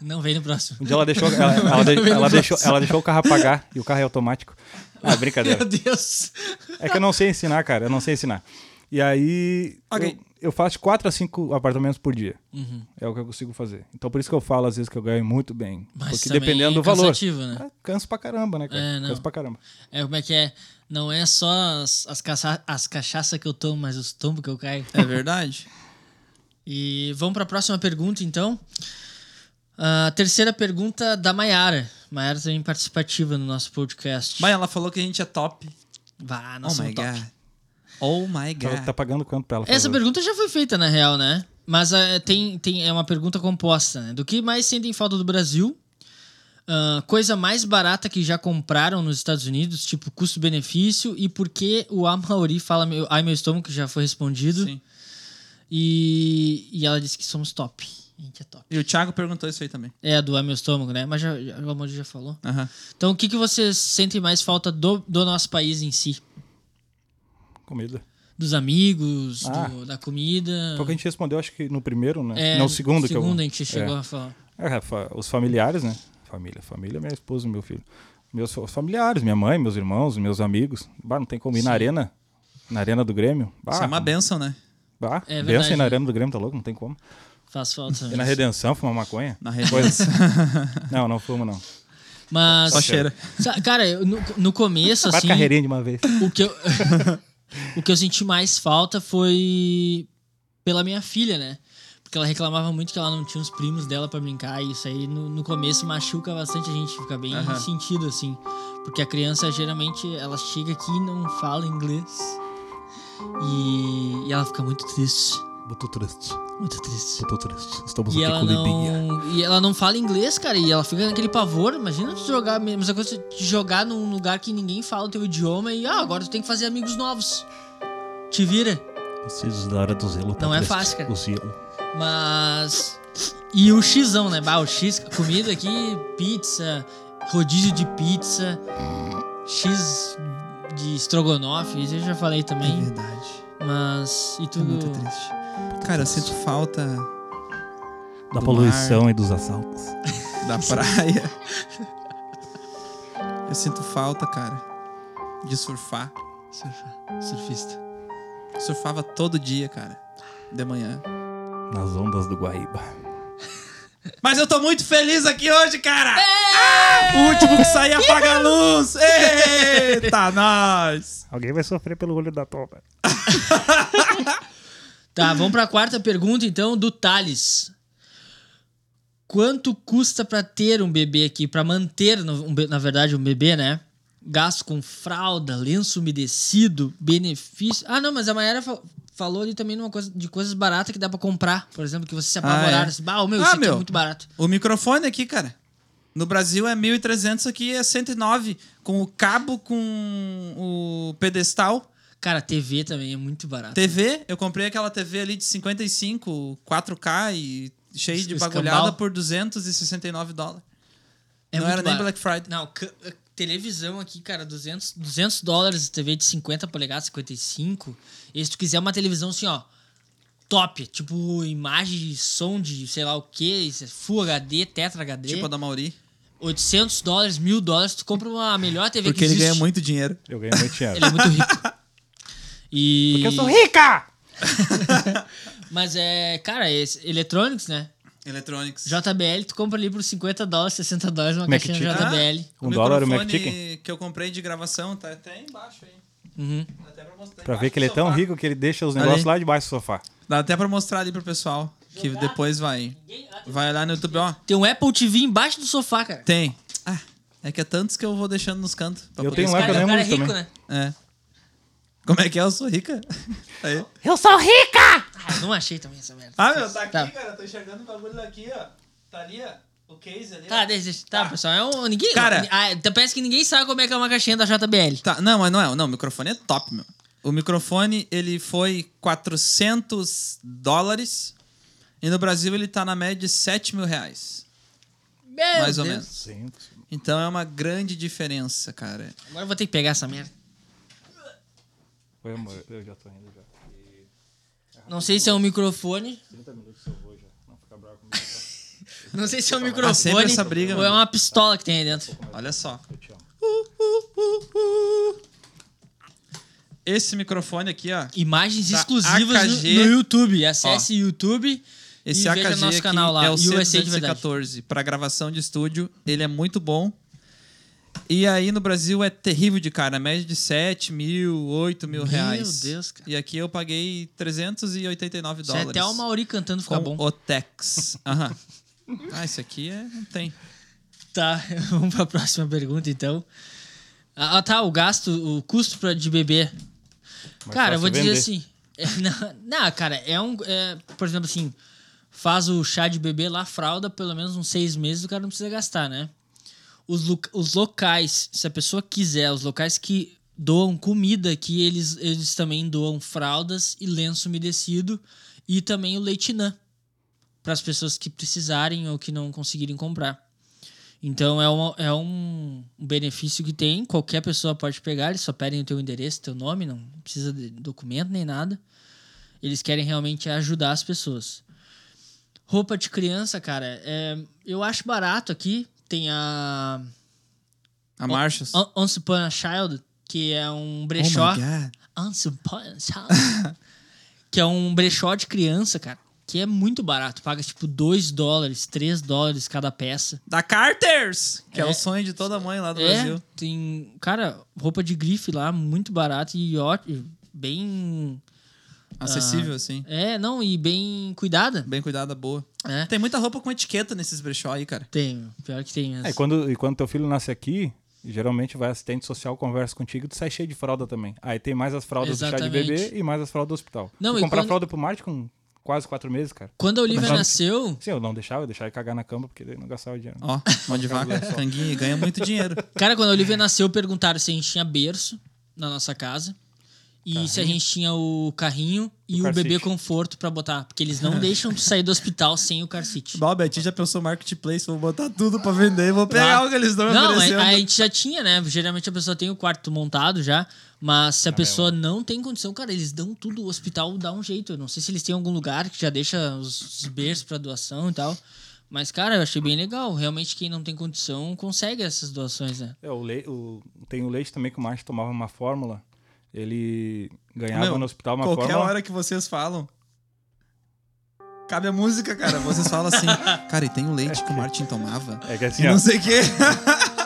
S1: Não vem no próximo.
S2: Um dia ela deixou, ela, ela de- ela deixou,
S1: assim.
S2: ela deixou o carro apagar e o carro é automático. Ah, brincadeira.
S1: Meu Deus.
S2: É que eu não sei ensinar, cara. Eu não sei ensinar. E aí.
S3: Ok.
S2: Eu, eu faço 4 a 5 apartamentos por dia.
S1: Uhum.
S2: É o que eu consigo fazer. Então por isso que eu falo às vezes que eu ganho muito bem.
S1: Mas
S2: porque
S1: também
S2: dependendo
S1: é
S2: do valor.
S1: cansativo, né?
S2: Ah, canso pra caramba, né, cara?
S1: É, não.
S2: Canso pra caramba.
S1: É como é que é? Não é só as, as, caça- as cachaças que eu tomo, mas os tombos que eu caio.
S3: É verdade?
S1: E vamos pra próxima pergunta, então. A terceira pergunta da Maiara. Maiara também participativa no nosso podcast.
S3: Mas ela falou que a gente é top.
S1: Vá, nós
S3: Oh
S1: somos
S3: my
S1: top.
S3: god. Oh my
S2: Tá,
S3: god.
S2: tá pagando quanto pra ela?
S1: É. Essa
S2: fazer?
S1: pergunta já foi feita, na real, né? é Mas eh, tem, tem, é uma pergunta composta, né? Do que mais sentem falta do Brasil? ah, coisa mais barata que já compraram nos Estados Unidos, tipo custo-benefício, e por que o Amauri fala meu, ai meu estômago, que já foi respondido.
S3: Sim.
S1: E, e ela disse que somos top. A gente é top.
S3: E o Thiago perguntou isso aí também.
S1: É, do ai meu estômago, né? Mas já, já, o Amauri já falou.
S3: Aham.
S1: Então, o que, que vocês sentem mais falta do, do nosso país em si?
S2: Comida.
S1: Dos amigos,
S2: Ah.
S1: do- da comida?
S2: Foi o que a gente respondeu, acho que no primeiro, né?
S1: É,
S2: Não, o segundo, que eu.
S1: segundo a gente chegou a falar.
S2: É, é, fa- os familiares, né? Família, família, minha esposa e meu filho. Meus fa- familiares, minha mãe, meus irmãos, meus amigos. Bah, não tem como ir na arena. Na arena do Grêmio. Bah,
S3: Isso é uma benção, né?
S2: Bah,
S1: É
S2: benção
S1: verdade,
S2: ir na
S1: né?
S2: arena do Grêmio, tá louco? Não tem como.
S1: Faz falta.
S2: E na redenção, fumar maconha? assim.
S3: Na rede.
S2: Não, não fumo, não.
S1: Mas,
S3: Só cheira.
S1: sa- cara, eu- no, no começo,
S2: Quatro
S1: assim,
S2: carreirinhas de uma vez.
S1: o que, eu, o que eu senti mais falta foi pela minha filha, né? Porque ela reclamava muito que ela não tinha os primos dela pra brincar. E isso aí, no, no começo, machuca bastante a gente. Fica bem
S3: Aham.
S1: sentido, assim. Porque a criança, geralmente, ela chega aqui e não fala inglês. E, e ela fica muito triste.
S2: Botou triste,
S1: Muito triste.
S2: botou triste. Estamos
S1: E ela, não, e ela não fala inglês, cara, e ela fica naquele pavor. Imagina tu jogar, a mesma coisa de jogar num lugar que ninguém fala o teu idioma e ah, agora tu tem que fazer amigos novos. Te vira.
S2: Vocês da hora do zelo.
S1: Não é triste. fácil, cara. O
S2: zelo.
S1: Mas. E o Xão, né? Bah, o X, comida aqui, pizza, rodízio de pizza, X de estrogonofe, isso eu já falei
S3: É
S1: também.
S3: verdade.
S1: Mas. E tu.
S3: É muito triste. Cara, eu sinto falta
S2: Da
S3: Do
S2: poluição e dos assaltos.
S3: da praia. Eu sinto falta, cara, de surfar.
S1: Surfa- Surfista.
S3: Surfava todo dia, cara, de manhã.
S2: Nas ondas do Guaíba.
S3: Mas eu tô muito feliz aqui hoje, cara! Ah, o último que sair apaga a luz! Eita, nós!
S2: Alguém vai sofrer pelo olho da toba.
S1: Tá, vamos pra quarta pergunta, então, do Thales. Quanto custa pra ter um bebê aqui, Pra manter, no- um be- na verdade, um bebê, né? Gasto com fralda, lenço umedecido, benefício. Ah, não, mas a Mayara fa- falou ali também numa coisa, de coisas baratas que dá pra comprar, por exemplo, que você se apavoraram.
S3: é.
S1: assim, Bah, o meu,
S3: Ah,
S1: isso aqui é
S3: meu.
S1: muito barato.
S3: O microfone aqui, cara. No Brasil é 1.300, aqui é 109. Com o cabo, com o pedestal.
S1: Cara, TV também é muito barato.
S3: TV, eu comprei aquela TV ali de 55, 4K e cheia de
S1: Escambau.
S3: bagulhada por 269 dólares.
S1: É
S3: não
S1: muito
S3: era nem
S1: barato.
S3: Black Friday.
S1: Não, ca- televisão aqui, cara, 200, 200 dólares TV de 50 polegadas, 55. E se tu quiser uma televisão assim, ó, top, tipo imagem, som de sei lá o que, Full HD, Tetra HD,
S3: Tipo a da Mauri.
S1: 800 dólares, 1000 dólares, tu compra uma melhor TV
S3: Porque
S1: que
S3: ele
S1: existe.
S3: ganha muito dinheiro.
S2: Eu ganhei muito dinheiro.
S1: Ele é muito rico. E...
S2: Porque eu sou rica!
S1: Mas é, cara, esse, eletrônicos, né?
S3: Eletronics.
S1: JBL, tu compra ali por 50 dólares, 60 dólares
S3: é
S1: uma
S2: Mac
S1: caixinha
S2: Chicken.
S1: JBL.
S2: Um dólar o
S3: microfone
S2: McChicken?
S3: que eu comprei de gravação tá até embaixo aí.
S1: Uhum.
S3: Dá até pra
S2: Pra
S3: mostrar. embaixo
S2: ver
S3: do
S2: que ele é tão
S3: sofá.
S2: rico que ele deixa os negócios
S3: Ali.
S2: lá debaixo do sofá.
S3: Dá até pra mostrar ali pro pessoal. Que depois vai. Vai lá no YouTube, ó.
S1: Tem um Apple TV embaixo do sofá, cara.
S3: Tem. Ah, é que é tantos que eu vou deixando nos cantos. pra
S2: Eu
S3: poder
S2: tenho um
S1: Esse
S2: lá
S3: escolher.
S2: que eu
S1: cara, o
S2: lembro
S1: cara é rico,
S2: também.
S1: né?
S3: É. Como é que é? Eu sou rica? Aí.
S4: Eu sou rica!
S1: Ah, não achei também essa merda.
S3: Ah, meu, tá aqui,
S1: Tá.
S3: cara. Tô enxergando o bagulho daqui, ó. Tá ali, ó. O case ali.
S1: Tá,
S3: ó.
S1: deixa, deixa. tá, pessoal. É um. Ninguém.
S3: Cara-
S1: Ah, então parece que ninguém sabe como é que é uma caixinha da JBL.
S3: Tá, não, mas não é. Não, o microfone é top, meu. O microfone, ele foi 400 dólares. E no Brasil ele tá na média de 7 mil reais.
S1: Meu
S3: mais ou
S1: Deus.
S3: menos. Então é uma grande diferença, cara.
S1: Agora eu vou ter que pegar essa merda.
S2: Foi, amor. Eu já tô indo já.
S1: Não sei se é um microfone.
S2: 30 minutos eu vou já. Não fica bravo comigo.
S1: Não sei se é um
S3: Ah, sempre
S1: microfone.
S3: essa briga,
S1: ou é
S3: mano.
S1: uma pistola que tem aí dentro.
S3: Olha só.
S2: Eu te amo.
S3: Esse microfone aqui, ó.
S1: Imagens
S3: Da
S1: exclusivas no,
S3: AKG.
S1: no YouTube. Acesse YouTube.
S3: Esse
S1: e
S3: AKG
S1: veja nosso
S3: aqui
S1: canal lá.
S3: é o
S1: USA de verdade.
S3: C214 para gravação de estúdio. Ele é muito bom. E aí no Brasil é terrível de cara. Média de 7 mil, 8 mil
S1: Meu
S3: reais.
S1: Deus, cara.
S3: E aqui eu paguei 389
S1: Se
S3: dólares.
S1: até o Mauri cantando fica
S3: com
S1: bom.
S3: o Tex. Aham. Ah, isso aqui é... não tem.
S1: Tá, vamos pra próxima pergunta então. Ah, ah, tá, o gasto, o custo pra, de beber.
S2: Mas
S1: cara, eu
S2: fácil
S1: vou dizer
S2: vender.
S1: assim. é, não, não, cara, é um. é, por exemplo, assim, faz o chá de bebê lá, fralda, pelo menos uns seis meses, o cara não precisa gastar, né? os, lu- os locais, se a pessoa quiser, os locais que doam comida aqui, eles, eles também doam fraldas e lenço umedecido e também o leitinã para as pessoas que precisarem ou que não conseguirem comprar. Então é, uma- é um benefício que tem, qualquer pessoa pode pegar, eles só pedem o teu endereço, teu nome, não precisa de documento nem nada. Eles querem realmente ajudar as pessoas. Roupa de criança, cara, é, eu acho barato aqui. Tem a
S3: A Marchas.
S1: On- Once Upon a Child, que é um
S3: Oh my
S1: brechó.
S3: God.
S1: Once Upon a Child. que é um brechó de criança, cara. Que é muito barato. Paga tipo 2 dólares, 3 dólares cada peça.
S3: Da Carters, que é.
S1: É.
S3: o sonho de toda mãe lá do
S1: É,
S3: Brasil.
S1: tem, cara, roupa de grife lá, muito barato e ó- e bem. Ah.
S3: Acessível, assim.
S1: É, não, e bem cuidada.
S3: Bem cuidada, boa.
S1: É.
S3: Tem muita roupa com etiqueta nesses brechó aí, cara.
S1: Tem, pior que tem.
S2: É, e,
S1: Essa.
S2: quando, e quando teu filho nasce aqui, geralmente vai assistente social, conversa contigo, tu sai cheio de fralda também. Aí tem mais as fraldas do chá de
S1: Exatamente.
S2: bebê e mais as fraldas do hospital.
S1: Não,
S2: Não,
S1: e
S2: comprar
S1: quando-
S2: fralda pro Marte com quase quatro meses, cara.
S1: Quando a Olivia
S2: Mas-
S1: nasceu,
S2: Sim, eu não deixava, eu deixava ele cagar na cama porque daí não gastava dinheiro.
S3: Ó, mão de vaca, tanguinha, ganha muito dinheiro.
S1: Cara, quando a Olivia nasceu, perguntaram se a gente tinha berço na nossa casa. E se a gente tinha o carrinho e
S2: O
S1: o,
S2: car
S1: bebê
S2: seat.
S1: conforto pra botar. Porque eles não deixam tu sair do hospital sem o car seat.
S3: Bah, o Betinho já pensou em marketplace, vou botar tudo pra vender, vou pegar
S1: Ah.
S3: o que eles estão me
S1: Não, a,
S3: oferecendo.
S1: a gente já tinha, né? Geralmente a pessoa tem o quarto montado já. Mas
S2: Ah,
S1: se a pessoa
S2: é.
S1: não tem condição, cara, eles dão tudo. O hospital dá um jeito. Eu não sei se eles têm algum lugar que já deixa os berços pra doação e tal. Mas, cara, eu achei bem legal. Realmente, quem não tem condição consegue essas doações, né?
S2: É, o le... o... Tem o leite também que o Marte tomava uma fórmula. Ele ganhava
S3: Meu,
S2: no hospital uma
S3: Qualquer
S2: fórmula.
S3: hora que vocês falam. Cabe a música, cara. Vocês falam assim, cara, e tem o leite que o Martin tomava.
S2: É que assim,
S3: E
S2: ó,
S3: não sei o quê.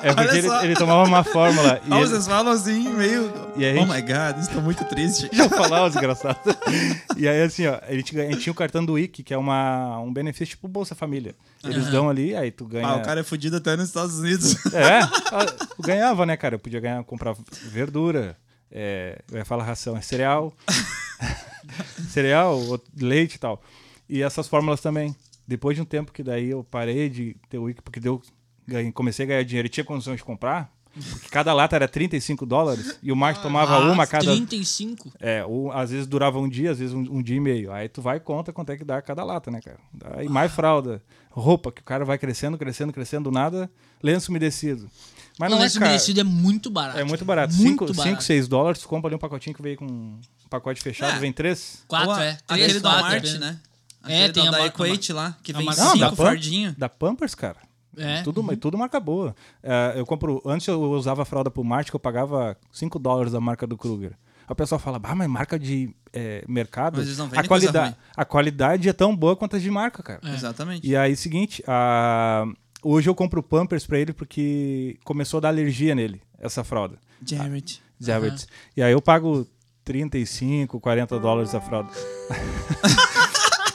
S2: é
S3: Olha
S2: porque ele,
S3: só.
S2: ele tomava uma fórmula e
S3: Ah,
S2: ele-
S3: vocês falam assim, meio.
S2: E a
S3: Oh
S2: gente-
S3: my god, estou muito triste.
S2: Deixa eu falar, os desgraçados. E aí, assim, ó, a gente, ganha- a gente tinha o cartão do IC, que é uma, um benefício tipo Bolsa Família. Eles dão ali, aí tu ganha.
S3: Ah, o cara é fudido até nos Estados Unidos.
S2: É, ah, tu ganhava, né, cara? Eu podia ganhar, comprar verdura, é, eu ia falar ração, é cereal, cereal, outro- leite e tal. E essas fórmulas também. Depois de um tempo que daí eu parei de ter o IC, porque deu, ganhei- comecei a ganhar dinheiro e tinha condição de comprar, porque cada lata era 35 dólares e o Marcos tomava
S1: Ah,
S2: uma a cada
S1: 35?
S2: é, ou às vezes durava um dia, às vezes um, um dia e meio. Aí tu vai e conta quanto é que dá cada lata, né, cara? Aí mais
S1: Ah.
S2: fralda, roupa, que o cara vai crescendo, crescendo, crescendo, do nada, lenço umedecido. Mas não
S1: o lenço
S2: é, cara,
S1: umedecido é muito barato.
S2: É muito barato.
S1: Muito
S2: 5,
S1: barato. Ah.
S2: 6 dólares, tu compra ali um pacotinho que veio com um pacote fechado, vem três.
S1: Quatro,
S3: Ou a-
S1: é. Três,
S3: Aquele da
S1: quatro,
S3: Marte,
S1: depende.
S3: né?
S1: É,
S3: Aquele
S1: tem
S3: da-
S1: a
S3: da
S1: marca-
S3: Equate lá, que
S1: a
S3: vem
S1: marca-
S2: Não, da,
S3: cinco
S2: Pam-
S3: fardinhos.
S2: da Pampers, cara.
S1: É.
S2: Tudo, ma- tudo marca boa. É, eu compro. Antes eu usava fralda pro Marte, que eu pagava 5 dólares da marca do Kruger. Aí O pessoal fala, ah, mas marca de é, mercado.
S3: Mas eles não
S2: a,
S3: vendem coisa É.
S2: qualidade, a qualidade é tão boa quanto as de marca, cara.
S3: Exatamente.
S2: E aí, seguinte, a... hoje eu compro Pampers pra ele porque começou a dar alergia nele, essa fralda.
S3: Jared.
S2: Javits. E aí eu pago 35, 40 dólares a fralda.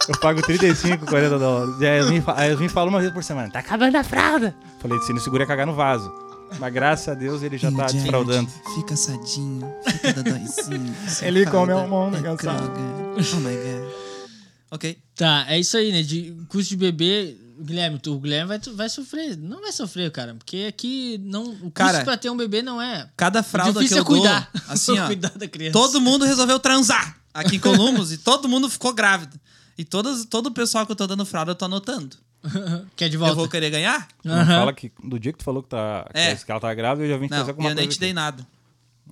S2: eu pago 35, 40 dólares. E aí a Yasmin, fa- a Yasmin fala uma vez por semana, tá?
S4: Acabando a fralda.
S2: Falei, se não segura ia cagar no vaso. Mas graças a Deus ele já
S3: E o
S2: tá
S3: Jared
S2: desfraudando.
S3: Fica sadinho, fica dodóizinho. sem
S2: Ele come
S3: fralda,
S2: a mão, né,
S3: é
S2: cansado?
S3: droga. Oh my god. Ok.
S1: Tá, é isso aí, né? De custo de bebê, Guilherme, tu- o Guilherme vai, tu- vai sofrer. Não vai sofrer, cara. Porque aqui não, o custo
S3: Cara,
S1: pra ter um bebê não é.
S3: Cada fralda
S1: Difícil
S3: que eu
S1: é cuidar.
S3: dou, assim, ó,
S1: cuidar da criança.
S3: todo mundo resolveu transar aqui em Columbus e todo mundo ficou grávido. E todas, todo o pessoal que eu tô dando fralda, eu tô anotando.
S1: Quer de
S3: Eu vou
S1: volta.
S3: querer ganhar?
S2: Não
S1: Aham.
S2: fala que do dia que tu falou que, tá, que
S3: É.
S2: ela tá grávida, eu já vim te
S3: Não,
S2: fazer alguma
S3: eu
S2: coisa.
S3: nem te
S2: aqui.
S3: dei nada.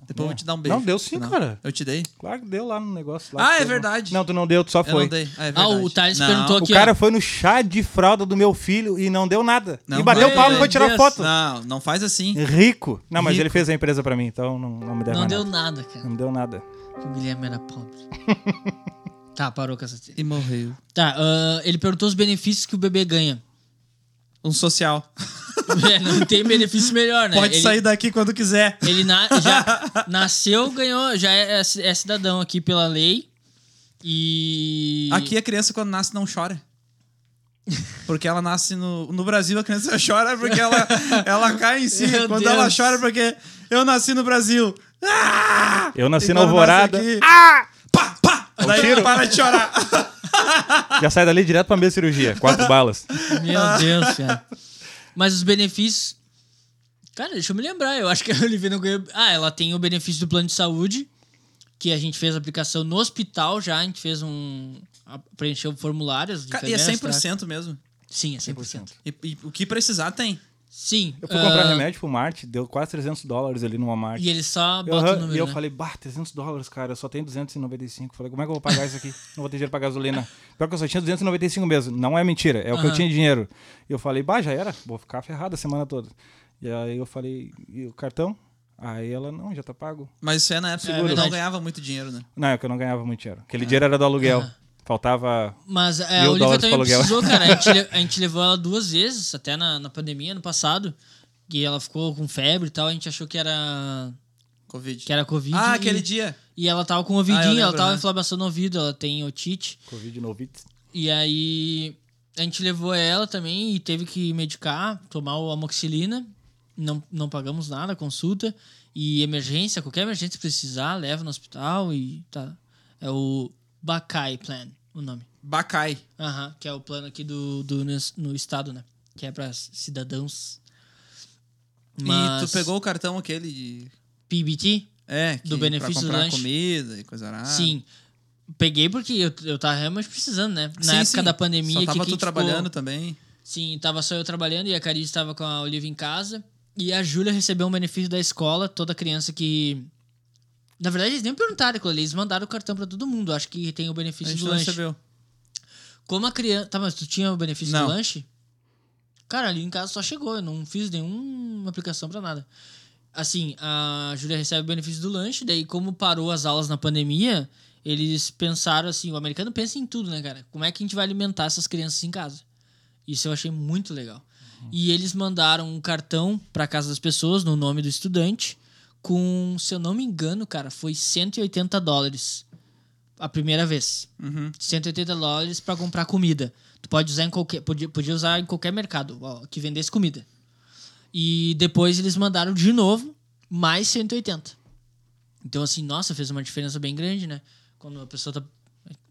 S3: Depois eu vou te dar um beijo.
S2: Não, deu sim,
S3: Não,
S2: cara.
S3: Eu te dei.
S2: Claro que deu lá no negócio. lá
S3: Ah,
S2: que
S3: é
S2: teve um-
S3: verdade.
S2: Não, tu não deu, tu só
S3: Eu
S2: foi.
S3: não dei. Ah, é
S1: Ah, o
S3: verdade.
S1: Thales
S3: Não.
S1: perguntou aqui.
S2: O cara foi no chá de fralda do meu filho e não deu nada.
S3: Não.
S2: e bateu o palmo
S1: Meu
S2: e foi tirar
S1: Deus.
S2: foto.
S3: Não, não faz assim.
S2: Rico. Não, mas
S3: Rico.
S2: ele fez a empresa pra mim, então não, não me deve
S1: Não
S2: mais
S1: deu
S2: nada.
S1: nada, cara.
S2: Não deu nada.
S1: O Guilherme era pobre. tá, parou com essa.
S3: E morreu.
S1: Tá, ah, ele perguntou os benefícios que o bebê ganha.
S3: Um social.
S1: É, não tem benefício melhor, né?
S3: Pode
S1: Ele-
S3: sair daqui quando quiser.
S1: Ele na- já nasceu, ganhou, já é, é cidadão aqui pela lei. E.
S3: Aqui a criança, quando nasce, não chora. Porque ela nasce no. No Brasil, a criança chora porque ela, ela cai em si.
S1: Meu
S3: quando
S1: Deus.
S3: ela chora, porque eu nasci no Brasil. Ah!
S2: Eu nasci
S3: E
S2: na
S3: quando
S2: Alvorada.
S3: nasce aqui,
S4: Ah!
S3: Pá, pá! Daí
S2: tiro.
S3: para de chorar.
S2: Já sai dali direto pra Ah. mesa de cirurgia. Quatro balas.
S1: Meu Deus, cara. Mas os benefícios Cara, deixa eu me lembrar. Eu acho que a Olivia não ganhou. Ah, ela tem o benefício do plano de saúde, que a gente fez a aplicação no hospital já. A gente fez um. a- preencheu formulários. de
S3: Ca- E é
S1: enfermeiras,
S3: 100% mesmo.
S1: tá? Sim, é 100%.
S3: E, e o que precisar tem.
S1: Sim.
S2: Eu fui comprar
S1: ah,
S2: remédio pro Marte, deu quase 300 dólares ali no Walmart.
S1: E eles só
S2: Eu-
S1: botam o número.
S2: e eu
S1: né?
S2: falei, bah, 300 dólares, cara, eu só tenho 295. Falei, como é que eu vou pagar isso aqui? Não vou ter dinheiro pra gasolina. Pior que eu só tinha 295 mesmo. Não é mentira, é o que eu
S1: Aham.
S2: tinha de dinheiro. E eu falei, bah, já era, vou ficar ferrado a semana toda. E aí eu falei, e o cartão? Aí ela, não, já tá pago.
S3: Mas isso é na época
S1: É
S3: que eu não
S1: verdade.
S3: ganhava muito dinheiro, né?
S2: Não, é que eu não ganhava muito dinheiro. Aquele dinheiro era do aluguel.
S1: Ah.
S2: Faltava.
S1: Mas é, a
S2: Mil
S1: Olivia
S2: dólares
S1: também
S2: pro aluguel.
S1: precisou, cara. A gente, le- a gente levou ela duas vezes, até na, na pandemia, ano passado. E ela ficou com febre e tal. A gente achou que era,
S3: Covid.
S1: que era Covid.
S3: ah,
S1: e-
S3: aquele dia.
S1: E ela tava com ouvidinho,
S3: Ah, eu lembro,
S1: ela tava
S3: né?
S1: inflamação no ouvido, ela tem otite.
S2: Covid novitz.
S1: E aí a gente levou ela também e teve que medicar, tomar o amoxilina. Não, não pagamos nada, consulta. E emergência, qualquer emergência que precisar, leva no hospital e tá. É o Bacai Plan, o nome.
S3: Bacai.
S1: Aham, que é o plano aqui do, do nes- no estado, né? Que é para cidadãos. Mas
S3: E tu pegou um o cartão aquele de...
S1: PBT?
S3: É, que
S1: Do benefício do
S3: pra comprar
S1: lanche.
S3: comida e coisa arada.
S1: Sim. Peguei porque eu, eu tava realmente precisando, né? Na
S3: Sim,
S1: época
S3: sim.
S1: da pandemia. que
S3: Só
S1: tipo,
S3: tava
S1: quem
S3: tu
S1: ficou-
S3: trabalhando também.
S1: Sim, tava só eu trabalhando e a Cariz estava com a Olivia em casa. E a Júlia recebeu um benefício da escola, toda criança que. Na verdade, eles nem perguntaram aquilo ali, eles mandaram o cartão pra todo mundo. Acho que tem o
S3: A
S1: benefício
S3: gente tá
S1: do
S3: não
S1: lanche.
S3: recebeu.
S1: Como a criança. Tá, mas tu tinha o benefício
S3: Não.
S1: do lanche? Cara, ali em casa só chegou, eu não fiz nenhuma aplicação pra nada. Assim, a Júlia recebe o benefício do lanche, daí, como parou as aulas na pandemia, eles pensaram assim: o americano pensa em tudo, né, cara? Como é que a gente vai alimentar essas crianças em casa? Isso eu achei muito legal. E eles mandaram um cartão pra casa das pessoas, no nome do estudante, com, se eu não me engano, cara, foi 180 dólares a primeira vez. 180 dólares pra comprar comida. Tu pode usar em qualquer, podia, podia usar em qualquer mercado ó, que vendesse comida. E depois eles mandaram de novo mais 180. Então assim, nossa, fez uma diferença bem grande, né? Quando a pessoa tá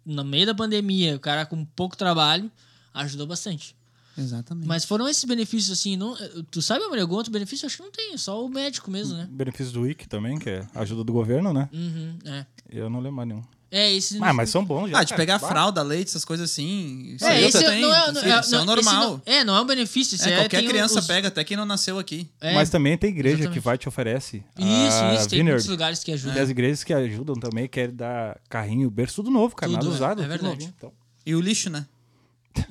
S1: no meio da pandemia, o cara com pouco trabalho, ajudou bastante.
S3: Exatamente.
S1: Mas foram esses benefícios assim, não, tu sabe amor, algum outro benefício? Acho que não tem, é só o médico mesmo, né?
S2: Benefício do WIC também, que é ajuda do governo, né?
S1: Uhum, é.
S2: Eu não lembro mais nenhum.
S1: É, esse
S2: Ah, mas são bons já.
S3: Ah, de
S2: cara.
S3: pegar
S2: Bah.
S3: fralda, leite, essas coisas assim. Isso
S1: É,
S3: aí
S1: esse
S3: eu
S1: não é, não,
S3: tenho. Isso é o
S1: não- esse
S3: normal.
S1: não- é, não é um benefício. Isso
S3: É, qualquer
S1: tem o-
S3: criança
S1: os-
S3: pega, até quem não nasceu aqui.
S1: é.
S2: Mas também tem igreja
S1: exatamente.
S2: que vai te oferece.
S1: Isso,
S2: a
S3: Ah,
S1: isso, tem
S2: Vineyard.
S1: muitos lugares né? que
S2: Tem
S1: ajudam.
S2: as igrejas que ajudam também, querem dar carrinho, berço, tudo novo, cara,
S1: Tudo,
S2: nada
S1: é,
S2: usado.
S1: é
S2: tudo
S1: verdade.
S2: novinho, então.
S3: E o lixo, né?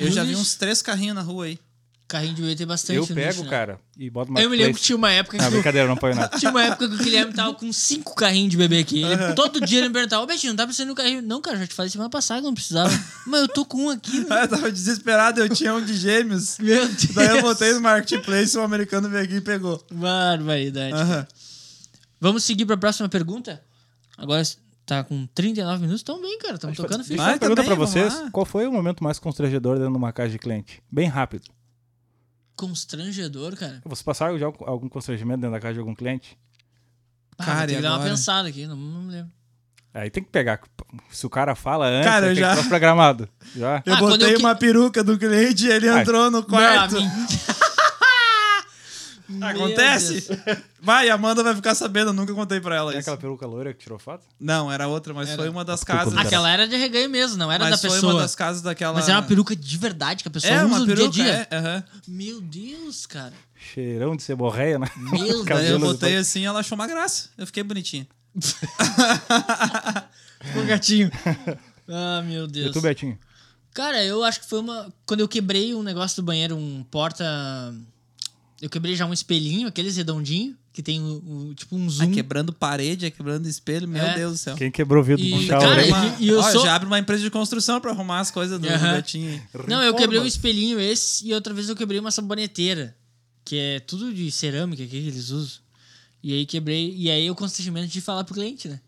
S3: Eu
S1: E o
S3: já vi
S1: lixo?
S3: uns três carrinhos na rua aí.
S1: Carrinho de bebê tem bastante.
S2: Eu
S1: no
S2: pego,
S1: lixo, né?
S2: cara, e boto uma
S1: Eu me lembro que tinha uma época que,
S2: Não,
S1: o,
S2: brincadeira, não apoio nada.
S1: tinha uma época que o Guilherme tava com cinco carrinhos de bebê aqui. Ele- todo dia ele me perguntava, ô Betinho, não tá precisando de um carrinho? Não, cara, já te falei semana passada que não precisava. Mas eu tô com um aqui.
S3: Ah, eu tava desesperado, eu tinha um de gêmeos.
S1: Meu Deus.
S3: Daí eu botei no marketplace, um americano veio aqui e pegou.
S1: Barbaridade.
S3: Aham.
S1: Vamos seguir pra próxima pergunta? Agora tá com 39 minutos. Tão bem, cara. Tamo tocando
S2: Deixa
S1: ficha.
S2: eu
S3: Vai
S2: uma pergunta
S3: também,
S2: pra
S3: vamos
S2: vocês.
S3: lá.
S2: Qual foi o momento mais constrangedor dentro de uma caixa de cliente? Bem rápido.
S1: Constrangedor, cara.
S2: Vocês passaram já algum- algum constrangimento dentro da caixa de algum cliente?
S1: Ah,
S3: Cara,
S1: vou ter
S3: e
S1: que dar uma
S3: agora?
S1: pensada aqui. Não, não me lembro.
S2: Aí tem que pegar. Se o cara fala antes,
S3: Cara, eu
S2: tem
S3: já-
S2: que estar programado. Já?
S3: Eu
S1: Ah, quando
S3: botei
S1: eu que-
S3: uma peruca do cliente e ele
S2: Ai.
S3: entrou no
S1: é
S3: quarto. Acontece?
S1: Meu
S3: Vai, a Amanda vai ficar sabendo, eu nunca contei pra ela
S2: É
S3: isso.
S2: aquela peruca loira que tirou foto?
S3: Não, era outra, mas
S1: Era.
S3: foi uma das
S2: Desculpa,
S3: casas.
S2: cara.
S1: Aquela era de reganho mesmo, não era
S3: mas
S1: da
S3: foi
S1: pessoa.
S3: uma das casas daquela.
S1: Mas era uma peruca de verdade que a pessoa
S3: É,
S1: usa
S3: uma
S1: no
S3: peruca,
S1: dia a dia.
S3: é, aham.
S1: Meu Deus, cara.
S2: Cheirão de ceborreia, né?
S1: Meu
S2: Cabelo
S3: Daí eu
S2: do-
S3: botei assim, ela achou uma graça. Eu fiquei bonitinha.
S1: Ficou gatinho. ah, meu
S2: E
S1: Deus.
S2: tu, Betinho?
S1: Cara, eu acho que foi uma. Quando eu quebrei um negócio do banheiro, um porta. Eu quebrei já um espelhinho, aqueles redondinho, que tem um, um- tipo um
S3: Ah,
S1: zoom.
S3: quebrando parede, é quebrando espelho, meu
S1: É.
S3: Deus do céu.
S2: Quem quebrou o vidro
S1: E-
S2: do chá,
S1: cara,
S2: orelha?
S1: e- e eu
S3: Ó,
S1: sou-
S3: já abre uma empresa de construção pra arrumar as coisas do do
S1: Aham.
S3: Betinho. aí.
S1: Não, eu quebrei um
S2: Reforma.
S1: espelhinho esse e outra vez eu quebrei uma saboneteira, que é tudo de cerâmica que eles usam. E aí quebrei. E aí eu constrangimento de falar pro cliente, né?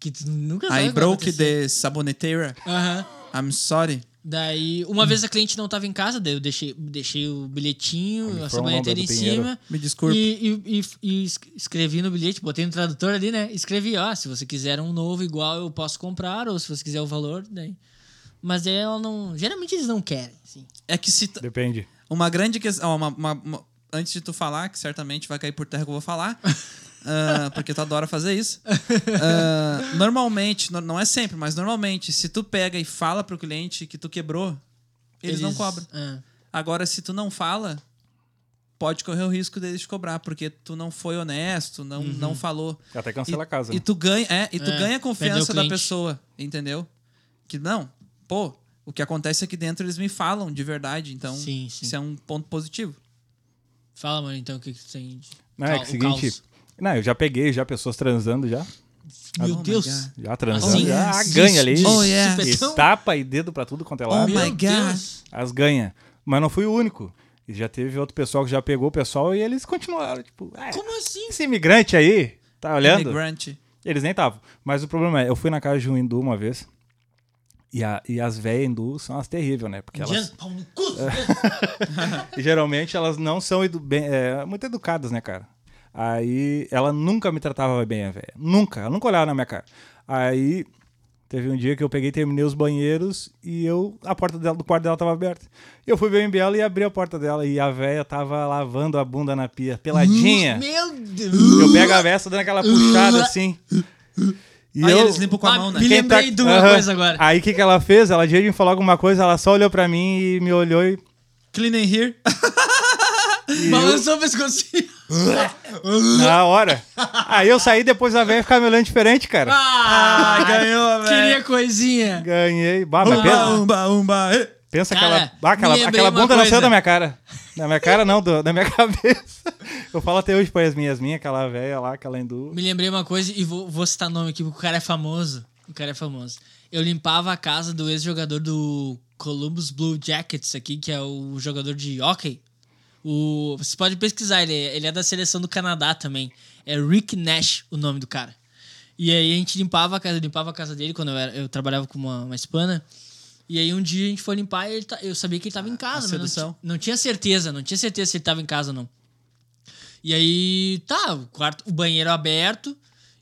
S1: Que tu nunca sabe.
S3: I
S1: o que vai
S3: broke
S1: acontecer.
S3: the saboneteira.
S1: Aham.
S3: I'm sorry.
S1: Daí, uma vez a cliente não tava em casa, daí eu deixei, deixei o bilhetinho,
S2: me
S1: a
S2: informa o nome
S1: saboneteira
S2: do
S1: em
S2: Pinheiro.
S1: cima.
S3: Me desculpe.
S1: E, e- e- e es- escrevi no bilhete, botei no tradutor ali, né? Escrevi, ó, se você quiser um novo igual, eu posso comprar, ou se você quiser o valor, daí. Mas daí ela não. Geralmente eles não querem, assim.
S3: É que se. t-
S2: Depende.
S3: Uma grande questão. Uma, uma- uma- antes de tu falar, que certamente vai cair por terra que eu vou falar, ah, porque tu adora fazer isso. Ah, normalmente, no- não é sempre, mas normalmente, se tu pega e fala pro cliente que tu quebrou, eles, não cobram.
S1: É.
S3: Agora, se tu não fala, pode correr o risco deles te cobrar, porque tu não foi honesto, não, não falou.
S2: Até cancela
S3: E-
S2: a casa.
S3: E
S2: né?
S3: tu ganha, é, e tu
S1: Uhum. É,
S3: ganha
S1: perdeu
S3: a confiança
S1: o
S3: da
S1: cliente.
S3: pessoa, entendeu? Que não, pô, o que acontece aqui dentro eles me falam de verdade, então
S1: Sim, sim.
S3: isso é um ponto positivo.
S1: Fala, mano, então, o que, que tu tem de.
S2: Não, é que
S1: cal-
S2: o seguinte.
S1: caos?
S2: Não, eu já peguei já pessoas transando já.
S1: Meu
S3: my
S1: Deus.
S3: God.
S2: Já transando.
S1: Assim?
S2: já,
S1: Yes.
S2: ganha ali.
S3: Oh, yes.
S2: E
S1: Supetão?
S2: Tapa e dedo pra tudo quanto é
S3: Oh,
S2: lado.
S1: Meu
S3: my God.
S1: Deus.
S2: As ganha. Mas não fui o único. E já teve outro pessoal que já pegou o pessoal e eles continuaram. Tipo, "Ah,
S1: Como assim?
S2: esse imigrante aí, tá olhando?
S3: Grant.
S2: Eles nem estavam. Mas o problema é, eu fui na casa de um hindu uma vez. E, a- e as velhas hindu são as terríveis, né? Porque elas,
S1: Dias, pau no cu.
S2: geralmente elas não são edu- bem- é, muito educadas, né, cara? Aí ela nunca me tratava bem, a velha. Nunca. Ela nunca olhava na minha cara. Aí teve um dia que eu peguei, terminei os banheiros e eu a porta dela, do quarto dela tava aberta. Eu fui bem bela e abri a porta dela e a velha tava lavando a bunda na pia, peladinha.
S1: Meu
S2: Eu
S1: Deus.
S2: pego a vesta dando aquela puxada assim. E
S3: Aí
S2: eu-
S3: eles limpam com a
S1: Ah,
S3: mão, né?
S1: Me
S2: quem tá
S1: lembrei de uma
S2: Aham.
S1: coisa agora.
S2: Aí o que, que ela fez? Ela, de me falar alguma coisa, ela só olhou pra mim e me olhou e.
S3: Clean and here.
S1: Balançou o pescocinho.
S2: Na hora. Aí eu saí depois a velha ficava me olhando diferente, cara.
S1: Ah,
S3: Ah, ganhou, velho.
S1: Queria coisinha.
S2: Ganhei. Bah, mas
S3: Umba,
S2: pensa,
S3: umba, umba. ê.
S2: pensa
S1: Ah. Cara,
S2: aquela, bah,
S1: me
S2: aquela,
S1: lembrei
S2: aquela
S1: uma
S2: bunda não
S1: coisa.
S2: saiu da minha cara. Da minha cara, não, do- da minha cabeça. Eu falo até hoje é pra Yasmin, Yasmin, aquela velha lá, aquela hindu.
S1: Me lembrei uma coisa e vou, vou citar nome aqui, porque o cara é famoso. O cara é famoso. Eu limpava a casa do ex-jogador do Columbus Blue Jackets aqui, que é o jogador de hockey. O, você pode pesquisar, ele, é- ele é da seleção do Canadá também. É Rick Nash o nome do cara. E aí a gente limpava a casa, eu limpava a casa dele quando eu, era- eu trabalhava com uma, uma hispana. E aí um dia a gente foi limpar e ele ta- eu sabia que ele tava em casa, mas não
S3: sedução.
S1: ti- não, tinha certeza, não tinha certeza se ele tava em casa ou não. E aí, tá, o quarto, o banheiro aberto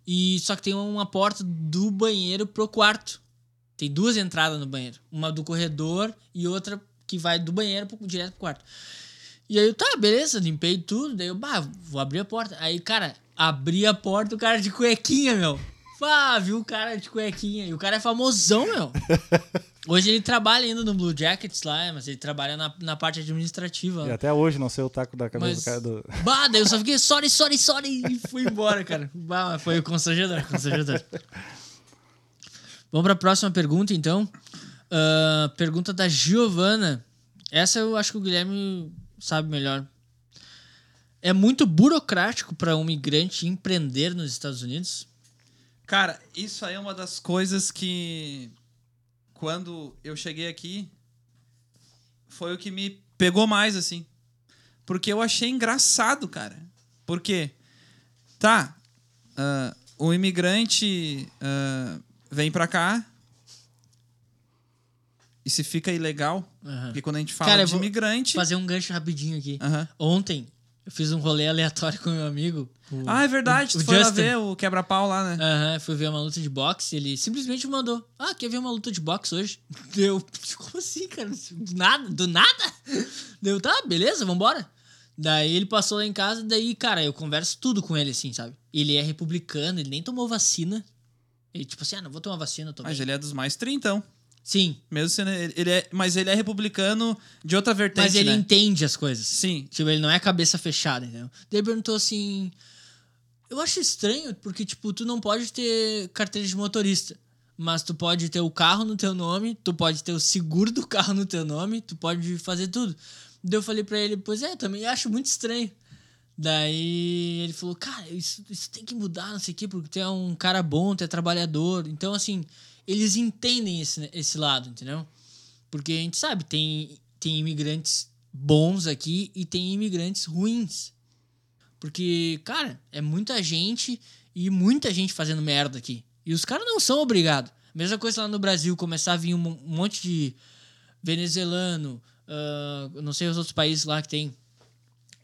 S1: e só que tem uma porta do banheiro pro quarto. Tem duas entradas no banheiro, uma do corredor e outra que vai do banheiro pro, direto pro quarto. E aí, eu, tá, beleza, limpei tudo. Daí eu, bah, vou abrir a porta. Aí, cara, abri a porta, o cara de cuequinha, meu. Ah, viu o cara de cuequinha. E o cara é famosão, meu. Hoje ele trabalha ainda no Blue Jackets lá, mas ele trabalha na, na parte administrativa. né?
S2: E
S1: lá.
S2: até hoje não sei o taco da cabeça
S1: Mas,
S2: do cara do.
S1: bah, daí eu só fiquei sorry, sorry, sorry e fui embora, cara. Bah, mas foi o constrangedor, constrangedor. Vamos pra próxima pergunta, então. Ah, pergunta da Giovana. Essa eu acho que o Guilherme sabe melhor. É muito burocrático para um migrante empreender nos Estados Unidos?
S3: Cara, isso aí é uma das coisas que quando eu cheguei aqui foi o que me pegou mais assim. Porque eu achei engraçado, cara. Porque tá, ah, o imigrante ah, vem pra cá e se fica ilegal,
S1: Aham.
S3: porque quando a gente fala
S1: Cara, eu
S3: de
S1: vou
S3: imigrante,
S1: Fazer um gancho rapidinho aqui.
S3: Aham.
S1: Ontem eu fiz um rolê aleatório com meu amigo. o-
S3: Ah, é verdade,
S1: o-
S3: tu
S1: o
S3: foi lá
S1: Justin.
S3: ver o quebra-pau lá, né?
S1: Aham, fui ver uma luta de boxe. Ele simplesmente mandou: Ah, quer ver uma luta de boxe hoje? Deu, como assim, cara? Do nada? Do nada? Deu, tá, beleza, vambora. Daí ele passou lá em casa, daí, cara, eu converso tudo com ele, assim, sabe? Ele é republicano, ele nem tomou vacina. Ele, tipo assim, ah, não vou tomar vacina, eu tô
S3: Mas
S1: bem.
S3: ele é dos mais 30, então.
S1: Sim,
S3: Mesmo sendo. Ele ele é, mas ele é republicano de outra vertente.
S1: mas ele
S3: né?
S1: entende as coisas.
S3: Sim.
S1: Tipo, ele não é cabeça fechada, entendeu? Daí ele perguntou assim: Eu acho estranho, porque, tipo, tu não pode ter carteira de motorista. Mas tu pode ter o carro no teu nome, tu pode ter o seguro do carro no teu nome, tu pode fazer tudo. Daí eu falei pra ele, pois é, também acho muito estranho. Daí ele falou, cara, isso, isso tem que mudar, não sei o quê, porque tu é um cara bom, tu é trabalhador. Então, assim, eles entendem esse, esse lado, entendeu? Porque a gente sabe, tem, tem imigrantes bons aqui e tem imigrantes ruins. Porque, cara, é muita gente e muita gente fazendo merda aqui. E os caras não são obrigados. Mesma coisa lá no Brasil, começar a vir um mon- um monte de venezuelano, ah, eu não sei os outros países lá que tem.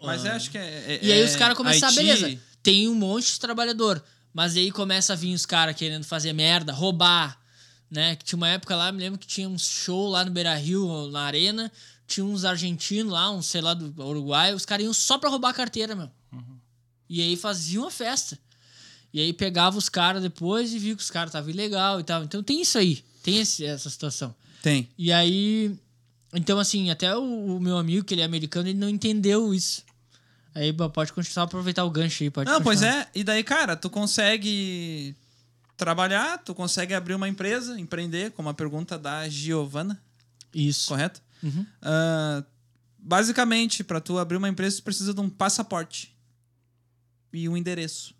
S3: Mas
S1: Ah,
S3: eu acho que é. é-
S1: e aí
S3: é
S1: os caras começam, ah,
S3: Haiti.
S1: beleza, tem um monte de trabalhador, mas aí começa a vir os caras querendo fazer merda, roubar, né? Que tinha uma época lá, me lembro que tinha um show lá no Beira Rio, na Arena. Tinha uns argentinos lá, uns, sei lá, do Uruguai. Os caras iam só pra roubar a carteira, meu. E aí faziam a festa. E aí pegava os caras depois e via que os caras estavam ilegal e tal. Então tem isso aí. Tem esse- essa situação.
S3: Tem.
S1: E aí. Então, assim, até o, o meu amigo, que ele é americano, ele não entendeu isso. Aí pô, pode continuar, só aproveitar o gancho aí. Pode
S3: Não, pois
S1: continuar.
S3: é. E daí, cara, tu consegue trabalhar, tu consegue abrir uma empresa, empreender, como a pergunta da Giovana, é.
S1: Isso.
S3: correto?
S1: Uhum.
S3: Ah, basicamente, para tu abrir uma empresa, tu precisa de um passaporte e um endereço.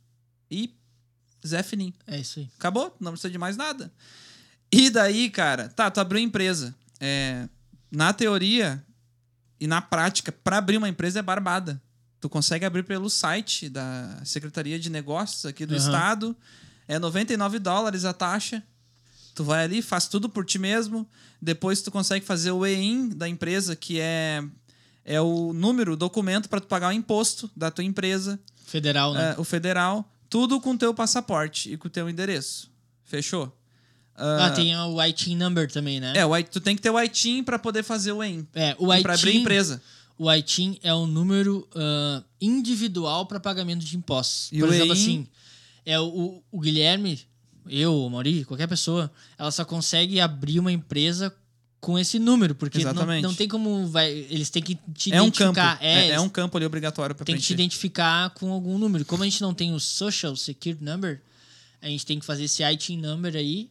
S3: E Zé Fininho.
S1: É isso aí.
S3: Acabou, tu não precisa de mais nada. E daí, cara, tá, tu abriu a empresa. É, na teoria e na prática, para abrir uma empresa é barbada. Tu consegue abrir pelo site da Secretaria de Negócios aqui do
S1: Aham.
S3: estado. É 99 dólares a taxa. Tu vai ali, faz tudo por ti mesmo. Depois tu consegue fazer o EIN da empresa, que é, é o número, o documento para tu pagar o imposto da tua empresa.
S1: Federal, né?
S3: É, o federal, tudo com teu passaporte e com teu endereço. Fechou?
S1: ah, tem o ITIN number também, né?
S3: É, o I- tu tem que ter o ITIN pra poder fazer o EIN.
S1: É, o
S3: Pra abrir
S1: ITIN,
S3: empresa.
S1: o ITIN é um número ah, individual para pagamento de impostos.
S3: E
S1: Por
S3: o
S1: exemplo,
S3: EIN?
S1: assim, é o, o Guilherme, eu, o Mauri, qualquer pessoa, ela só consegue abrir uma empresa com esse número, porque não,
S3: Exatamente.
S1: não tem como vai, eles têm que te
S3: É um campo.
S1: identificar.
S3: É, é
S1: eles
S3: um campo ali obrigatório pra
S1: tem que te
S3: preencher.
S1: identificar com algum número. Como a gente não tem o Social Security Number, a gente tem que fazer esse ITIN Number aí,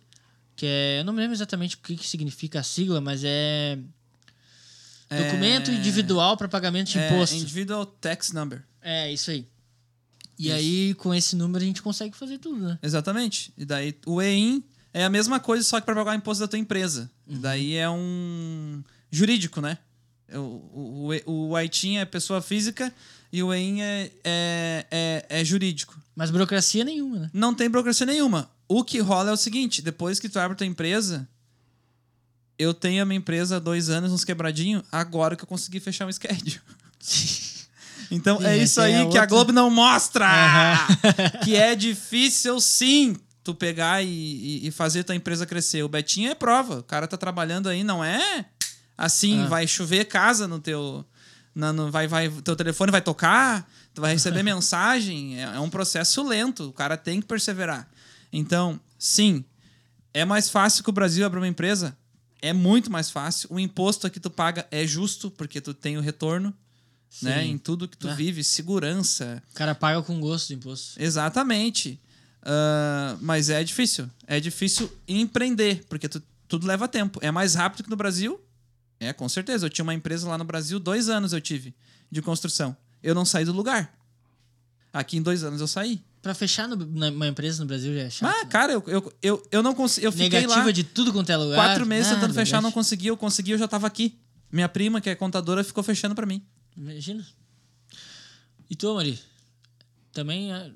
S1: que é... Eu não me lembro exatamente o que, que significa a sigla, mas é... Documento individual para pagamento de imposto.
S3: É, individual tax number.
S1: É, isso aí. E
S3: Isso.
S1: aí, com esse número, a gente consegue fazer tudo, né?
S3: Exatamente. E daí o EIN é a mesma coisa, só que pra pagar o imposto da tua empresa. E
S1: Uhum.
S3: daí é um jurídico, né? É O, o, o E- o ITIN é pessoa física e o EIN é- é, é, é jurídico.
S1: Mas burocracia nenhuma, né?
S3: Não tem burocracia nenhuma. O que rola é o seguinte: depois que tu abre tua empresa, eu tenho a minha empresa há dois anos, uns quebradinhos, agora que eu consegui fechar um schedule. Então
S1: Sim,
S3: é
S1: essa
S3: isso
S1: é
S3: aí que
S1: outra-
S3: a Globo não mostra!
S1: Aham.
S3: que é difícil sim tu pegar e, e- e fazer tua empresa crescer. O Betinho é prova. O cara tá trabalhando aí, não é assim,
S1: Ah.
S3: vai chover casa no teu. na- no- vai, vai, teu telefone vai tocar, tu vai receber mensagem. É, é um processo lento. O cara tem que perseverar. Então, sim, é mais fácil que o Brasil abrir uma empresa? É muito mais fácil. O imposto que tu paga é justo, porque tu tem o retorno, né?
S1: Sim.
S3: Em tudo que tu
S1: Ah.
S3: vive, segurança.
S1: O cara paga com gosto do imposto.
S3: Exatamente. Ah, mas é difícil. É difícil empreender, porque tu- tudo leva tempo. É mais rápido que no Brasil? É, com certeza. Eu tinha uma empresa lá no Brasil, dois anos eu tive de construção. Eu não saí do lugar. Aqui em dois anos eu saí.
S1: Pra fechar no- na- uma empresa no Brasil já é chato.
S3: Ah,
S1: né?
S3: cara, eu, eu, eu, eu não consegui. Eu fiquei
S1: Negativa
S3: lá
S1: de tudo quanto é lugar.
S3: quatro meses
S1: Ah,
S3: tentando fechar, não
S1: verdade.
S3: consegui. Eu consegui, eu já tava aqui. Minha prima, que é contadora, ficou fechando pra mim.
S1: Imagina. E tu, Mari? Também ah,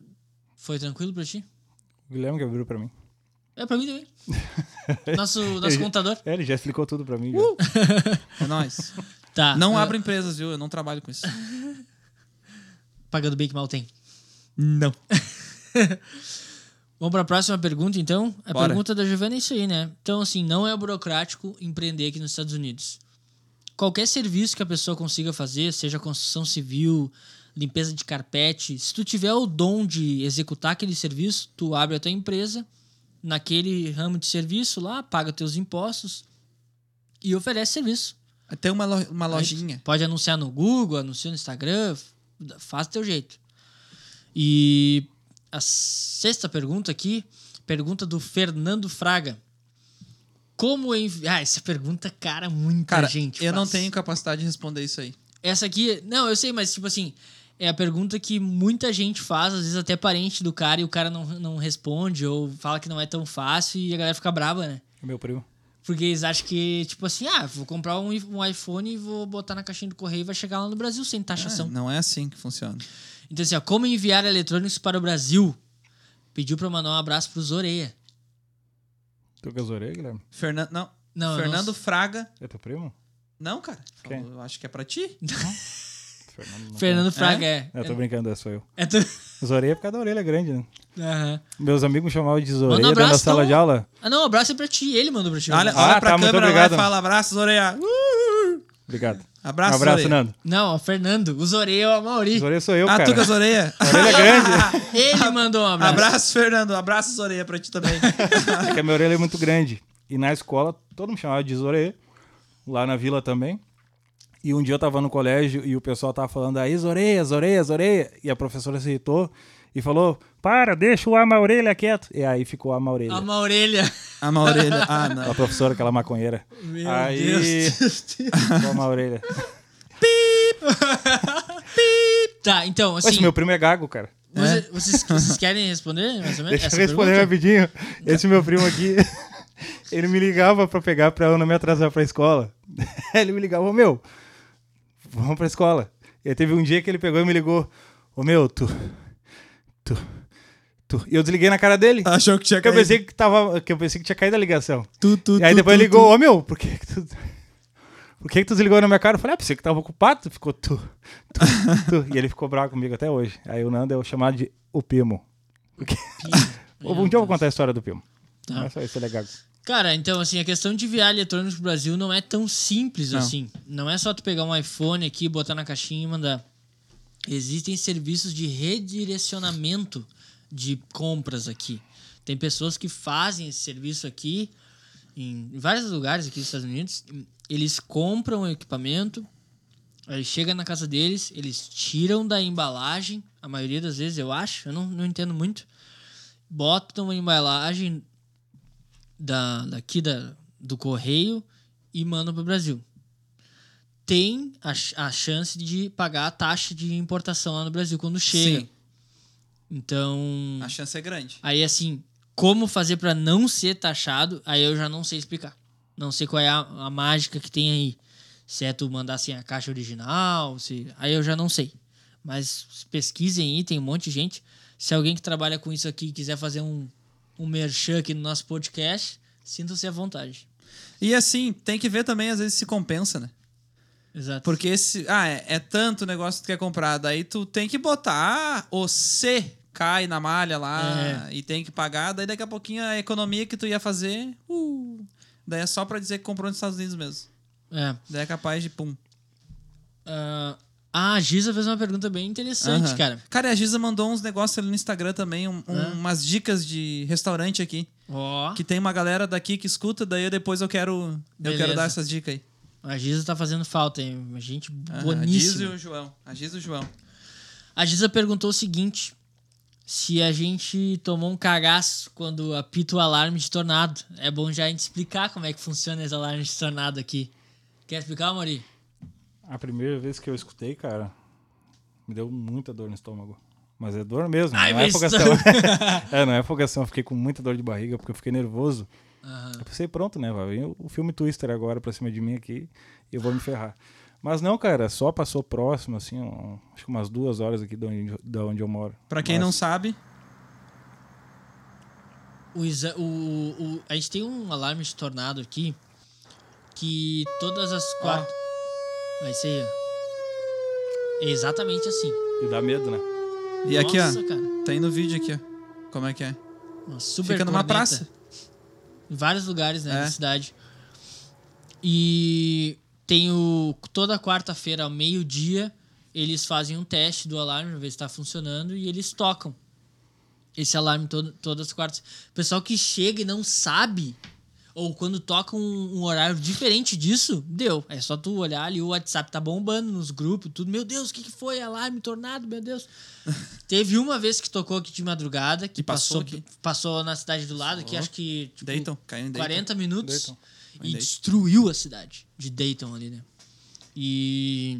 S1: foi tranquilo pra ti?
S2: O Guilherme que abriu pra mim.
S1: É, pra mim também. Nosso, nosso
S2: Ele-
S1: contador.
S2: É, ele já explicou tudo pra mim. já.
S1: Uh!
S3: É nóis.
S1: Tá.
S3: não
S1: ah,
S3: abro empresas, viu? Eu não trabalho com isso.
S1: Pagando bem que mal tem.
S3: Não.
S1: Vamos para a próxima pergunta, então. A
S3: Bora.
S1: pergunta da Giovanna é isso aí, né? Então, assim, não é burocrático empreender aqui nos Estados Unidos. Qualquer serviço que a pessoa consiga fazer, seja construção civil, limpeza de carpete, se tu tiver o dom de executar aquele serviço, tu abre a tua empresa naquele ramo de serviço lá, paga teus impostos e oferece serviço.
S3: Tem uma, lo- uma
S1: Aí
S3: lojinha.
S1: Pode anunciar no Google, anuncia no Instagram, faz do teu jeito. E a sexta pergunta aqui, pergunta do Fernando Fraga. Como enviar. Ah, essa pergunta, cara, muita
S3: Cara,
S1: gente.
S3: eu não
S1: faz.
S3: tenho capacidade de responder isso aí.
S1: Essa aqui. Não, eu sei, mas tipo assim. É a pergunta que muita gente faz, às vezes até parente do cara, e o cara não, não responde, ou fala que não é tão fácil, e a galera fica brava, né?
S2: É meu primo.
S1: Porque eles acham que, tipo assim, ah, vou comprar um, i- um iPhone e vou botar na caixinha do correio e vai chegar lá no Brasil sem taxação.
S3: É, não é assim que funciona.
S1: Então, assim, ó, como enviar eletrônicos para o Brasil? Pediu pra eu mandar um abraço pro Zoreia.
S2: Tu que as orelhas, Guilherme?
S3: Fernando, não.
S1: Não, eu
S3: Fernando
S1: não-
S3: Fraga.
S2: É teu primo?
S3: Não, cara.
S2: Quem?
S3: Eu acho que é pra ti.
S2: Fernando. não-
S1: Fernando Fraga é.
S2: Eu tô brincando, essa sou eu.
S1: É tu-
S2: Zoreia é por causa da orelha grande, né?
S1: Aham.
S2: Meus amigos me chamavam de Zoreia
S1: Manda um
S2: dentro da
S1: abraço,
S2: sala
S1: então.
S2: de aula.
S1: Ah, não, o abraço é pra ti. Ele mandou pra ti.
S3: Olha,
S1: né?
S3: olha
S2: Ah,
S3: pra
S2: tá, muito
S3: câmera lá e
S2: obrigado.
S3: fala abraços, orelha.
S2: Então, Obrigado.
S3: Abraço,
S2: um abraço
S3: Zoreia.
S2: Nando.
S1: Não, o Fernando. O Zoreia é o Mauri.
S2: Zoreia sou eu,
S3: Ah,
S2: cara.
S3: tu com as orelhas?
S2: Orelha é grande.
S1: Ele mandou um abraço.
S3: Abraço, Fernando. Abraços, orelha pra ti também.
S2: É que a minha orelha é muito grande. E na escola, todo mundo chamava de Zoreê, lá na vila também. E um dia eu tava no colégio e o pessoal tava falando aí, Zoreia, Zoreia, Zoreia. E a professora se irritou e falou, para, deixa o ama orelha quieto. E aí ficou ama orelha.
S1: A uma orelha.
S3: Ama a orelha. Ah,
S2: A
S3: não.
S2: professora, aquela maconheira.
S1: Meu
S2: aí,
S1: Deus.
S2: ficou ama orelha.
S1: Tá, então,
S2: Poxa,
S1: assim.
S2: meu primo é gago, cara.
S1: você- vocês, vocês querem responder? Mais ou menos?
S2: Deixa
S1: Né? essa é
S2: eu responder
S1: pergunta?
S2: rapidinho. Esse meu primo aqui, ele me ligava pra pegar pra eu não me atrasar pra escola. Ele me ligava, ô meu, vamos pra escola. E aí teve um dia que ele pegou e me ligou, ô meu, tu, tu, tu. E eu desliguei na cara
S1: Ah,
S2: dele.
S3: Achou que tinha
S2: que eu pensei
S3: caído.
S2: que tava, que eu pensei que tinha caído a ligação.
S3: Tu, tu,
S2: E aí
S3: tu,
S2: depois ele
S3: tu,
S2: ligou, ô meu, por que que tu... Por que, que tu desligou na minha cara? Eu falei, ah, pensei que tava ocupado, tu ficou tu, tu, tu. E ele ficou bravo comigo até hoje. Aí o Nando é o chamado de o Pimo. Um dia eu vou contar a história do Pimo.
S1: Tá.
S2: Mas só isso é legal.
S1: Cara, então assim, a questão de enviar eletrônicos pro Brasil não é tão simples assim. Não é só tu pegar um iPhone aqui, botar na caixinha e mandar. Existem serviços de redirecionamento de compras aqui. Tem pessoas que fazem esse serviço aqui em vários lugares aqui dos Estados Unidos. Eles compram o equipamento, aí chega na casa deles, eles tiram da embalagem, a maioria das vezes eu acho, eu não, não entendo muito. Botam a embalagem da, daqui da, do correio e mandam para o Brasil. Tem a, ch- a chance de pagar a taxa de importação lá no Brasil quando chega.
S3: Sim.
S1: Então.
S3: A chance é grande.
S1: Aí, assim, como fazer pra não ser taxado, aí eu já não sei explicar. Não sei qual é a, a mágica que tem aí. Se é tu mandar sem a caixa original, se... aí eu já não sei. Mas pesquisem aí, tem um monte de gente. Se alguém que trabalha com isso aqui quiser fazer um, um merchan aqui no nosso podcast, sintam-se à vontade.
S3: E assim, tem que ver também, às vezes, se compensa, né?
S1: Exato.
S3: Porque esse. Ah, é, é tanto o negócio que tu quer comprar. Daí tu tem que botar o C cai na malha
S1: É.
S3: lá e tem que pagar. Daí daqui a pouquinho a economia que tu ia fazer. uh, daí é só pra dizer que comprou nos Estados Unidos mesmo.
S1: É.
S3: Daí é capaz de pum.
S1: Ah, a Giza fez uma pergunta bem interessante,
S3: Aham.
S1: cara.
S3: Cara, e a Giza mandou uns negócios ali no Instagram também, um- um-
S1: É.
S3: umas dicas de restaurante aqui.
S1: Ó,
S3: Que tem uma galera daqui que escuta, daí eu depois eu quero. Eu
S1: Beleza.
S3: quero dar essas dicas aí.
S1: a Giza tá fazendo falta, hein? Gente
S3: Ah, A Giza e
S1: boníssima.
S3: o João. A Giza e o João.
S1: A Giza perguntou o seguinte: se a gente tomou um cagaço quando apita o alarme de tornado. É bom já a gente explicar como é que funciona esse alarme de tornado aqui. Quer explicar, Mauri?
S2: A primeira vez que eu escutei, cara, me deu muita dor no estômago. Mas é dor mesmo,
S1: Ai,
S2: não é
S1: meu
S2: afogação. é, não é afogação. Eu fiquei com muita dor de barriga porque eu fiquei nervoso.
S1: Aham.
S2: Eu pensei, pronto, né? Vai vir o filme Twister agora pra cima de mim aqui e eu vou me ferrar. Mas não, cara, só passou próximo, assim, um- acho que umas duas horas aqui de onde, de onde eu moro.
S3: Pra quem
S2: Mas
S3: não sabe,
S1: O exa- o- o- a gente tem um alarme de tornado aqui que todas as quatro. Vai ser. É exatamente assim.
S2: E dá medo, né?
S3: E aqui,
S1: Nossa,
S3: ó.
S1: cara.
S3: Tem no vídeo aqui, ó. Como é que é?
S1: Uma super
S3: Fica numa
S1: corneta.
S3: praça.
S1: em vários lugares né,
S3: É.
S1: da cidade. E tem o. Toda quarta-feira, ao meio-dia, eles fazem um teste do alarme, pra ver se tá funcionando, e eles tocam. Esse alarme todo, todas as quartas. Pessoal que chega e não sabe, ou quando toca um, um horário diferente disso, deu. É só tu olhar ali, o WhatsApp tá bombando nos grupos, tudo. Meu Deus, o que, que foi? Alarme, tornado, meu Deus. Teve uma vez que tocou aqui de madrugada, que
S3: E passou
S1: passou,
S3: aqui.
S1: passou na cidade do lado, que
S3: Passou. então,
S1: acho que. tipo,
S3: Dayton. Caiu em Dayton.
S1: 40 minutos
S2: Dayton.
S1: e
S3: Dayton.
S1: destruiu a cidade de Dayton ali, né? E.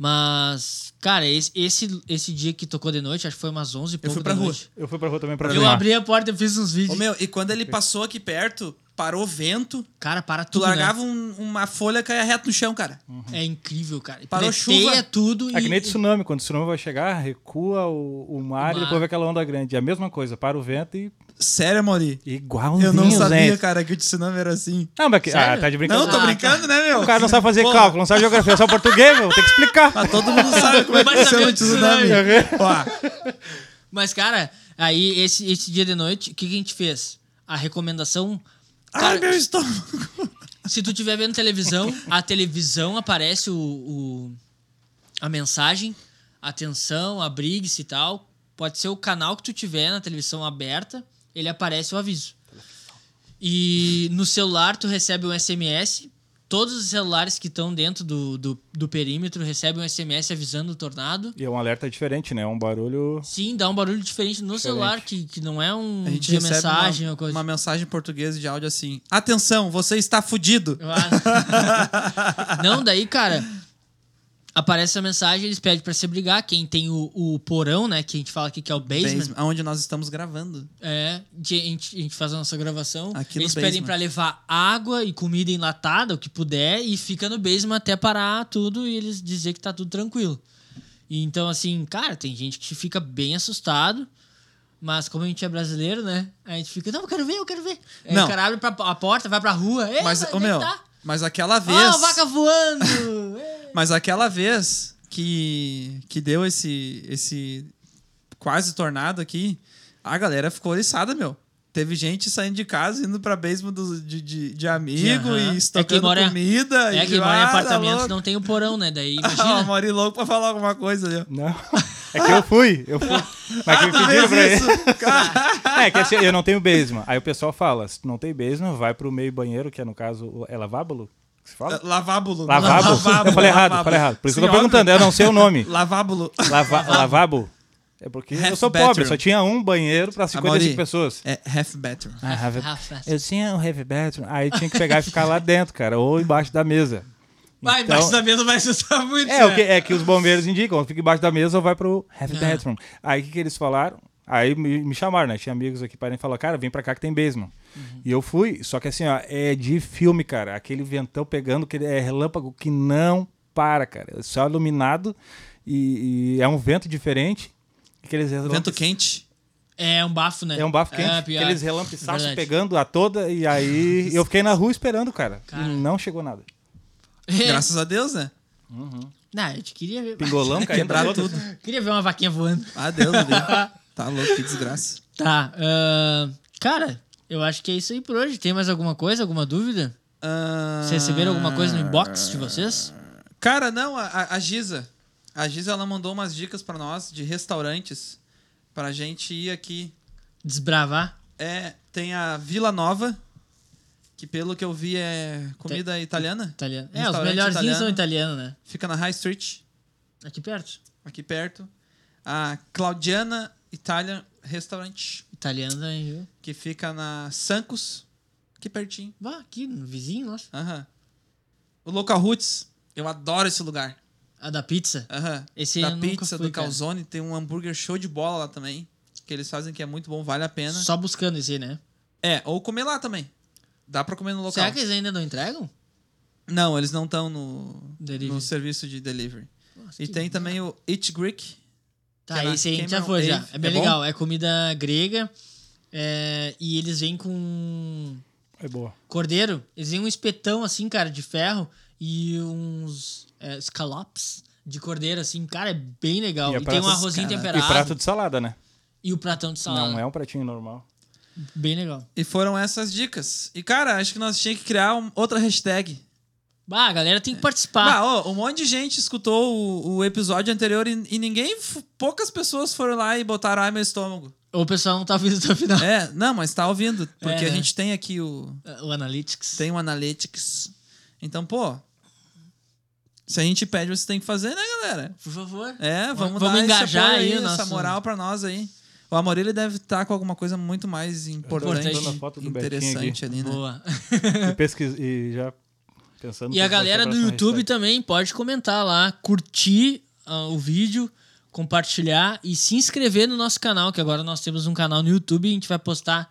S1: Mas, cara, esse, esse, esse dia que tocou de noite, acho que foi umas 11 e pouco
S3: fui pra
S1: da
S3: rua.
S1: noite.
S2: Eu fui pra rua também pra
S1: Eu
S2: filmar.
S1: abri a porta e fiz uns
S3: Ô,
S1: vídeos.
S3: meu, e quando ele passou aqui perto, parou vento,
S1: Cara, para
S3: tu
S1: tudo. né?
S3: largava um- uma folha caia reto no chão, cara.
S1: É incrível, cara.
S3: Parou
S1: Preteia
S3: chuva.
S1: tudo
S2: É
S1: e.
S2: que nem tsunami, quando o tsunami vai chegar, recua o, o mar,
S1: O
S2: e
S1: mar.
S2: depois vai aquela onda grande. É a mesma coisa, para o vento e
S3: Sério, Mauri?
S2: Igualzinho,
S3: Eu não sabia,
S2: gente.
S3: cara, que o tsunami era assim.
S2: Não, mas que, ah,
S1: Sério?
S2: tá de brincadeira.
S3: Não, tô
S1: Ah, tá.
S3: brincando, né, meu?
S2: O cara não sabe fazer
S3: Pô,
S2: cálculo, não sabe geografia, é só português, meu. Tem que explicar.
S3: Mas Ah, todo mundo sabe como é que
S1: Vai
S3: funciona
S1: saber
S3: o tsunami. Ó,
S1: Mas, cara, aí esse, esse dia de noite, o que, que a gente fez? A recomendação.
S3: ai,
S1: Cara,
S3: meu estômago.
S1: se tu estiver vendo televisão, a televisão aparece o, o- a mensagem, atenção, abrigue-se e tal. Pode ser o canal que tu tiver na televisão aberta, ele aparece o aviso. E no celular tu recebe um SMS. Todos os celulares que estão dentro do, do, do perímetro recebem um SMS avisando o tornado.
S2: E é um alerta diferente, né? É um barulho.
S1: Sim, dá um barulho diferente no celular, que, que não é um
S3: A gente
S1: de
S3: recebe
S1: mensagem
S3: uma,
S1: ou coisa.
S3: uma mensagem em português de áudio assim. Atenção, você está fudido.
S1: Eu acho. Não, daí, cara, aparece a mensagem, eles pedem pra se brigar. Quem tem o, o porão, né? Que a gente fala aqui que é o basement.
S3: Basement, Aonde nós estamos gravando.
S1: É, que a gente, a gente faz a nossa gravação.
S3: Aqui no
S1: eles
S3: basement.
S1: pedem pra levar água e comida enlatada, o que puder, e fica no basement até parar tudo e eles dizer que tá tudo tranquilo. E então, assim, cara, tem gente que fica bem assustado. Mas como a gente é brasileiro, né? A gente fica, não, eu quero ver, eu quero ver. Aí
S3: Não.
S1: o cara abre pra, a porta, vai pra rua. Ei,
S3: Mas,
S1: onde
S3: ô
S1: é que
S3: meu,
S1: tá?
S3: mas aquela vez.
S1: Ó, a vaca voando!
S3: Mas aquela vez que, que deu esse, esse quase tornado aqui, a galera ficou oriçada, meu. Teve gente saindo de casa, indo pra basement do- de, de, de amigo
S1: Aham. É
S3: e
S1: que
S3: estocando
S1: mora-
S3: comida.
S1: é
S3: e,
S1: que mora em
S3: Ah, tá
S1: apartamento,
S3: louco.
S1: não tem o porão, né? Daí,
S3: Ah, o
S1: imagina.
S3: Mauri louco pra falar alguma coisa ali. ó.
S2: Não. É que eu fui, eu fui.
S3: Ah,
S2: Mas que me pediram pra
S3: Fez
S2: ele.
S3: tá, isso. Cara,
S2: É que assim, eu não tenho basement. Aí o pessoal fala: se tu não tem basement, vai pro meio banheiro, que é no caso, o- é lavábulo? Que se fala?
S3: Lavábulo.
S2: Lavábulo? eu falei errado, falei errado. Por isso que eu tô perguntando, eu não sei o nome.
S3: Lavábulo.
S2: Lava, lavabo? É porque eu sou
S3: Half
S2: pobre,
S3: bathroom.
S2: só tinha um banheiro pra 55
S3: Amaury,
S2: pessoas.
S3: É half bathroom.
S2: Ah, have-
S1: half bathroom.
S2: eu tinha um heavy bathroom, aí tinha que pegar e ficar lá dentro, cara, ou embaixo da mesa.
S1: Vai,
S2: Então-
S1: embaixo da mesa vai assustar muito.
S2: É, o
S1: né?
S2: que, é que os bombeiros indicam, fica embaixo da mesa ou vai pro heavy bathroom. Aí o que, que eles falaram? Aí me, me chamaram, né? Tinha amigos aqui para falar, cara, vem pra cá que tem basement. E eu fui, só que assim, ó, é de filme, cara. Aquele ventão pegando, que é relâmpago que não para, cara. É só iluminado e, e é um vento diferente. Aqueles
S3: Vento
S2: relâmpagos-
S3: quente.
S1: É um bafo, né?
S2: É um bafo quente,
S1: É, pior.
S2: aqueles relampiçaços
S1: Verdade.
S2: pegando a toda, e aí eu fiquei na rua esperando, cara. E não chegou nada.
S3: Graças a Deus, né?
S1: Não, eu te queria ver.
S2: Pingolão caindo
S3: Quebrar
S2: toda.
S3: tudo.
S1: Queria ver uma vaquinha voando.
S3: Ah, Deus, meu Deus. Tá louco, que desgraça.
S1: Tá. ahn, cara, eu acho que é isso aí por hoje. Tem mais alguma coisa, alguma dúvida?
S3: Ah,
S1: Vocês receberam alguma coisa no inbox de vocês?
S3: Cara, não, a- a, a Giza. A Giza, ela mandou umas dicas pra nós de restaurantes pra gente ir aqui.
S1: Desbravar?
S3: É, tem a Vila Nova, que pelo que eu vi é comida
S1: Tá-
S3: italiana.
S1: Italiano. É, os
S3: Restaurante
S1: melhorzinhos
S3: italiano.
S1: são italianos, né?
S3: Fica na High Street,
S1: Aqui perto.
S3: aqui perto. A Claudiana Italian Restaurant,
S1: Italiano também, viu?
S3: que fica na Sancos, aqui pertinho.
S1: Vá, aqui, no vizinho nosso.
S3: Aham. O Local Roots, eu adoro esse lugar.
S1: A da pizza.
S3: Aham.
S1: Esse
S3: da
S1: eu nunca
S3: pizza,
S1: fui,
S3: do
S1: cara.
S3: calzone, tem um hambúrguer show de bola lá também. Que eles fazem que é muito bom, vale a pena.
S1: Só buscando esse aí, né?
S3: É, ou comer lá também. Dá pra comer no local.
S1: Será que eles ainda não entregam?
S3: Não, eles não estão no,
S1: Delivery.
S3: no serviço de delivery.
S1: Nossa,
S3: E
S1: que
S3: tem também o It Greek.
S1: Tá,
S3: que é na
S1: esse aí a gente já
S3: Cameron
S1: foi já.
S3: Ave.
S1: É bem
S3: É bom?
S1: legal. É comida grega. é, e eles vêm com
S2: É boa.
S1: cordeiro. Eles vêm um espetão assim, cara, de ferro. E uns é, escalopes de cordeiro, assim. Cara, é bem legal.
S2: E a
S1: E, tem um
S2: pratos,
S1: arrozinho
S3: cara,
S1: temperado.
S2: E prato de salada, né?
S1: e o pratão de salada.
S2: Não é um pratinho normal.
S1: Bem legal.
S3: E foram essas dicas. E, cara, acho que nós tínhamos que criar um- outra hashtag.
S1: Bah, a galera tem que participar.
S3: Ah, ó, um monte de gente escutou o, o episódio anterior e, e ninguém. f- Poucas pessoas foram lá e botaram ai meu estômago.
S1: Ou o pessoal não tá ouvindo até o final.
S3: É, não, mas tá ouvindo. Porque
S1: É,
S3: a
S1: né?
S3: gente tem aqui o,
S1: O Analytics.
S3: tem um analytics. Então, pô, se a gente pede, você tem que fazer, né, galera?
S1: Por favor.
S3: É,
S1: Vamos
S3: vamos, dar esse
S1: engajar
S3: apoio
S1: aí o
S3: essa
S1: nosso-
S3: moral pra nós aí. O Amorilho deve estar com alguma coisa muito mais importante,
S1: Importante. Tô
S2: na foto do
S3: interessante ali, né?
S1: Boa.
S2: E, pesquis... e já pensando...
S1: E a
S2: que vai ser
S1: galera do
S2: próxima
S1: YouTube tá-
S2: hashtag.
S1: também pode comentar lá, curtir ah, o vídeo, compartilhar e se inscrever no nosso canal, que agora nós temos um canal no YouTube e a gente vai postar,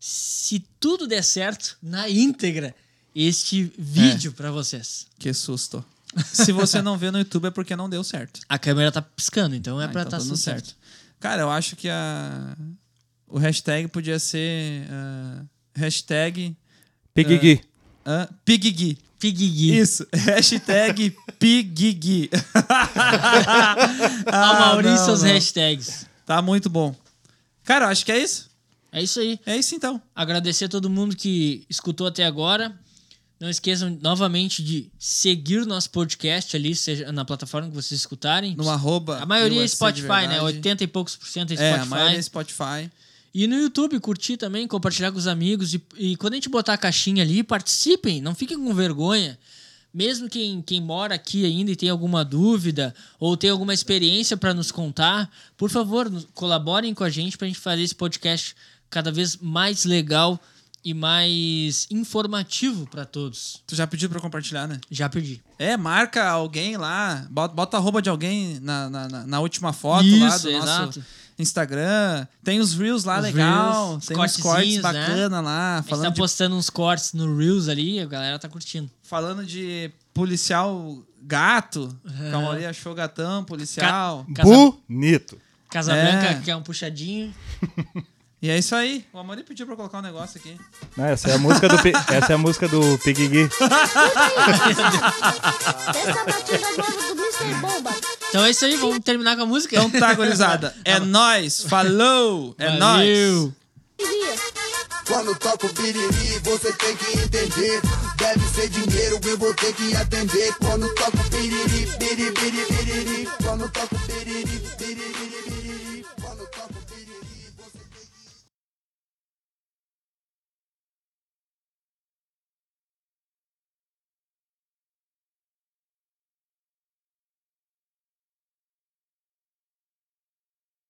S1: se tudo der certo, na íntegra, este
S3: É.
S1: vídeo pra vocês.
S3: Que susto. Se você não vê no YouTube é porque não deu certo.
S1: A câmera tá piscando, então é
S3: Ah,
S1: pra
S3: então
S1: estar tá
S3: tá dando
S1: tudo certo.
S3: Cara, eu acho que a... O hashtag podia ser. ah, hashtag.
S2: Piggy.
S1: É,
S3: ah, Piggy.
S1: Pigui.
S3: Isso. Hashtag Piggy.
S1: Ah,
S3: ah,
S1: Maurício,
S3: não,
S1: os
S3: não.
S1: hashtags.
S3: Tá muito bom. Cara, eu acho que é isso.
S1: É isso aí.
S3: É isso então.
S1: Agradecer a todo mundo que escutou até agora. Não esqueçam novamente de seguir o nosso podcast ali, seja na plataforma que vocês escutarem.
S3: No arroba.
S1: A maioria é
S3: USA de
S1: Spotify, né?
S3: verdade.
S1: 80 e poucos por cento é
S3: É, a
S1: Spotify.
S3: maioria é Spotify.
S1: E no YouTube, curtir também, compartilhar com os amigos. E, e quando a gente botar a caixinha ali, participem, não fiquem com vergonha. Mesmo quem, quem mora aqui ainda e tem alguma dúvida ou tem alguma experiência para nos contar, por favor, nos- colaborem com a gente para a gente fazer esse podcast cada vez mais legal e mais informativo para todos.
S3: Tu já pediu pra eu compartilhar, né?
S1: Já pedi.
S3: É, marca alguém lá, bota, bota a roupa de alguém na, na, na- na última foto lá
S1: Isso,
S3: do nosso
S1: exato.
S3: Instagram. Tem os Reels lá
S1: Os
S3: legal,
S1: Reels,
S3: tem uns cortes
S1: cortezinhos, né?
S3: bacana lá,
S1: A gente tá
S3: falando, de,
S1: postando uns cortes no Reels ali, a galera tá curtindo.
S3: falando de policial gato,
S1: Uhum.
S3: que a Maria achou gatão, policial.
S1: Ca-
S2: Bonito.
S1: Casablanca
S3: É.
S1: que quer um puxadinho.
S3: E é isso aí. O Amori pediu pra eu colocar um negócio aqui.
S2: Não, essa é a música do, Pi- essa é a música do Piggy.
S5: Essa batida nova do Mr. Bomba.
S1: Então é isso aí, vamos terminar com a música.
S3: Então tá, gurizada. É nóis. Falou. É nóis.
S1: Valeu.
S5: Queria.
S6: Quando toco piriri, você tem que entender. Deve ser dinheiro, eu vou ter que atender. Quando toco piriri, piriri, piriri. Quando toco piriri, piriri, piriri.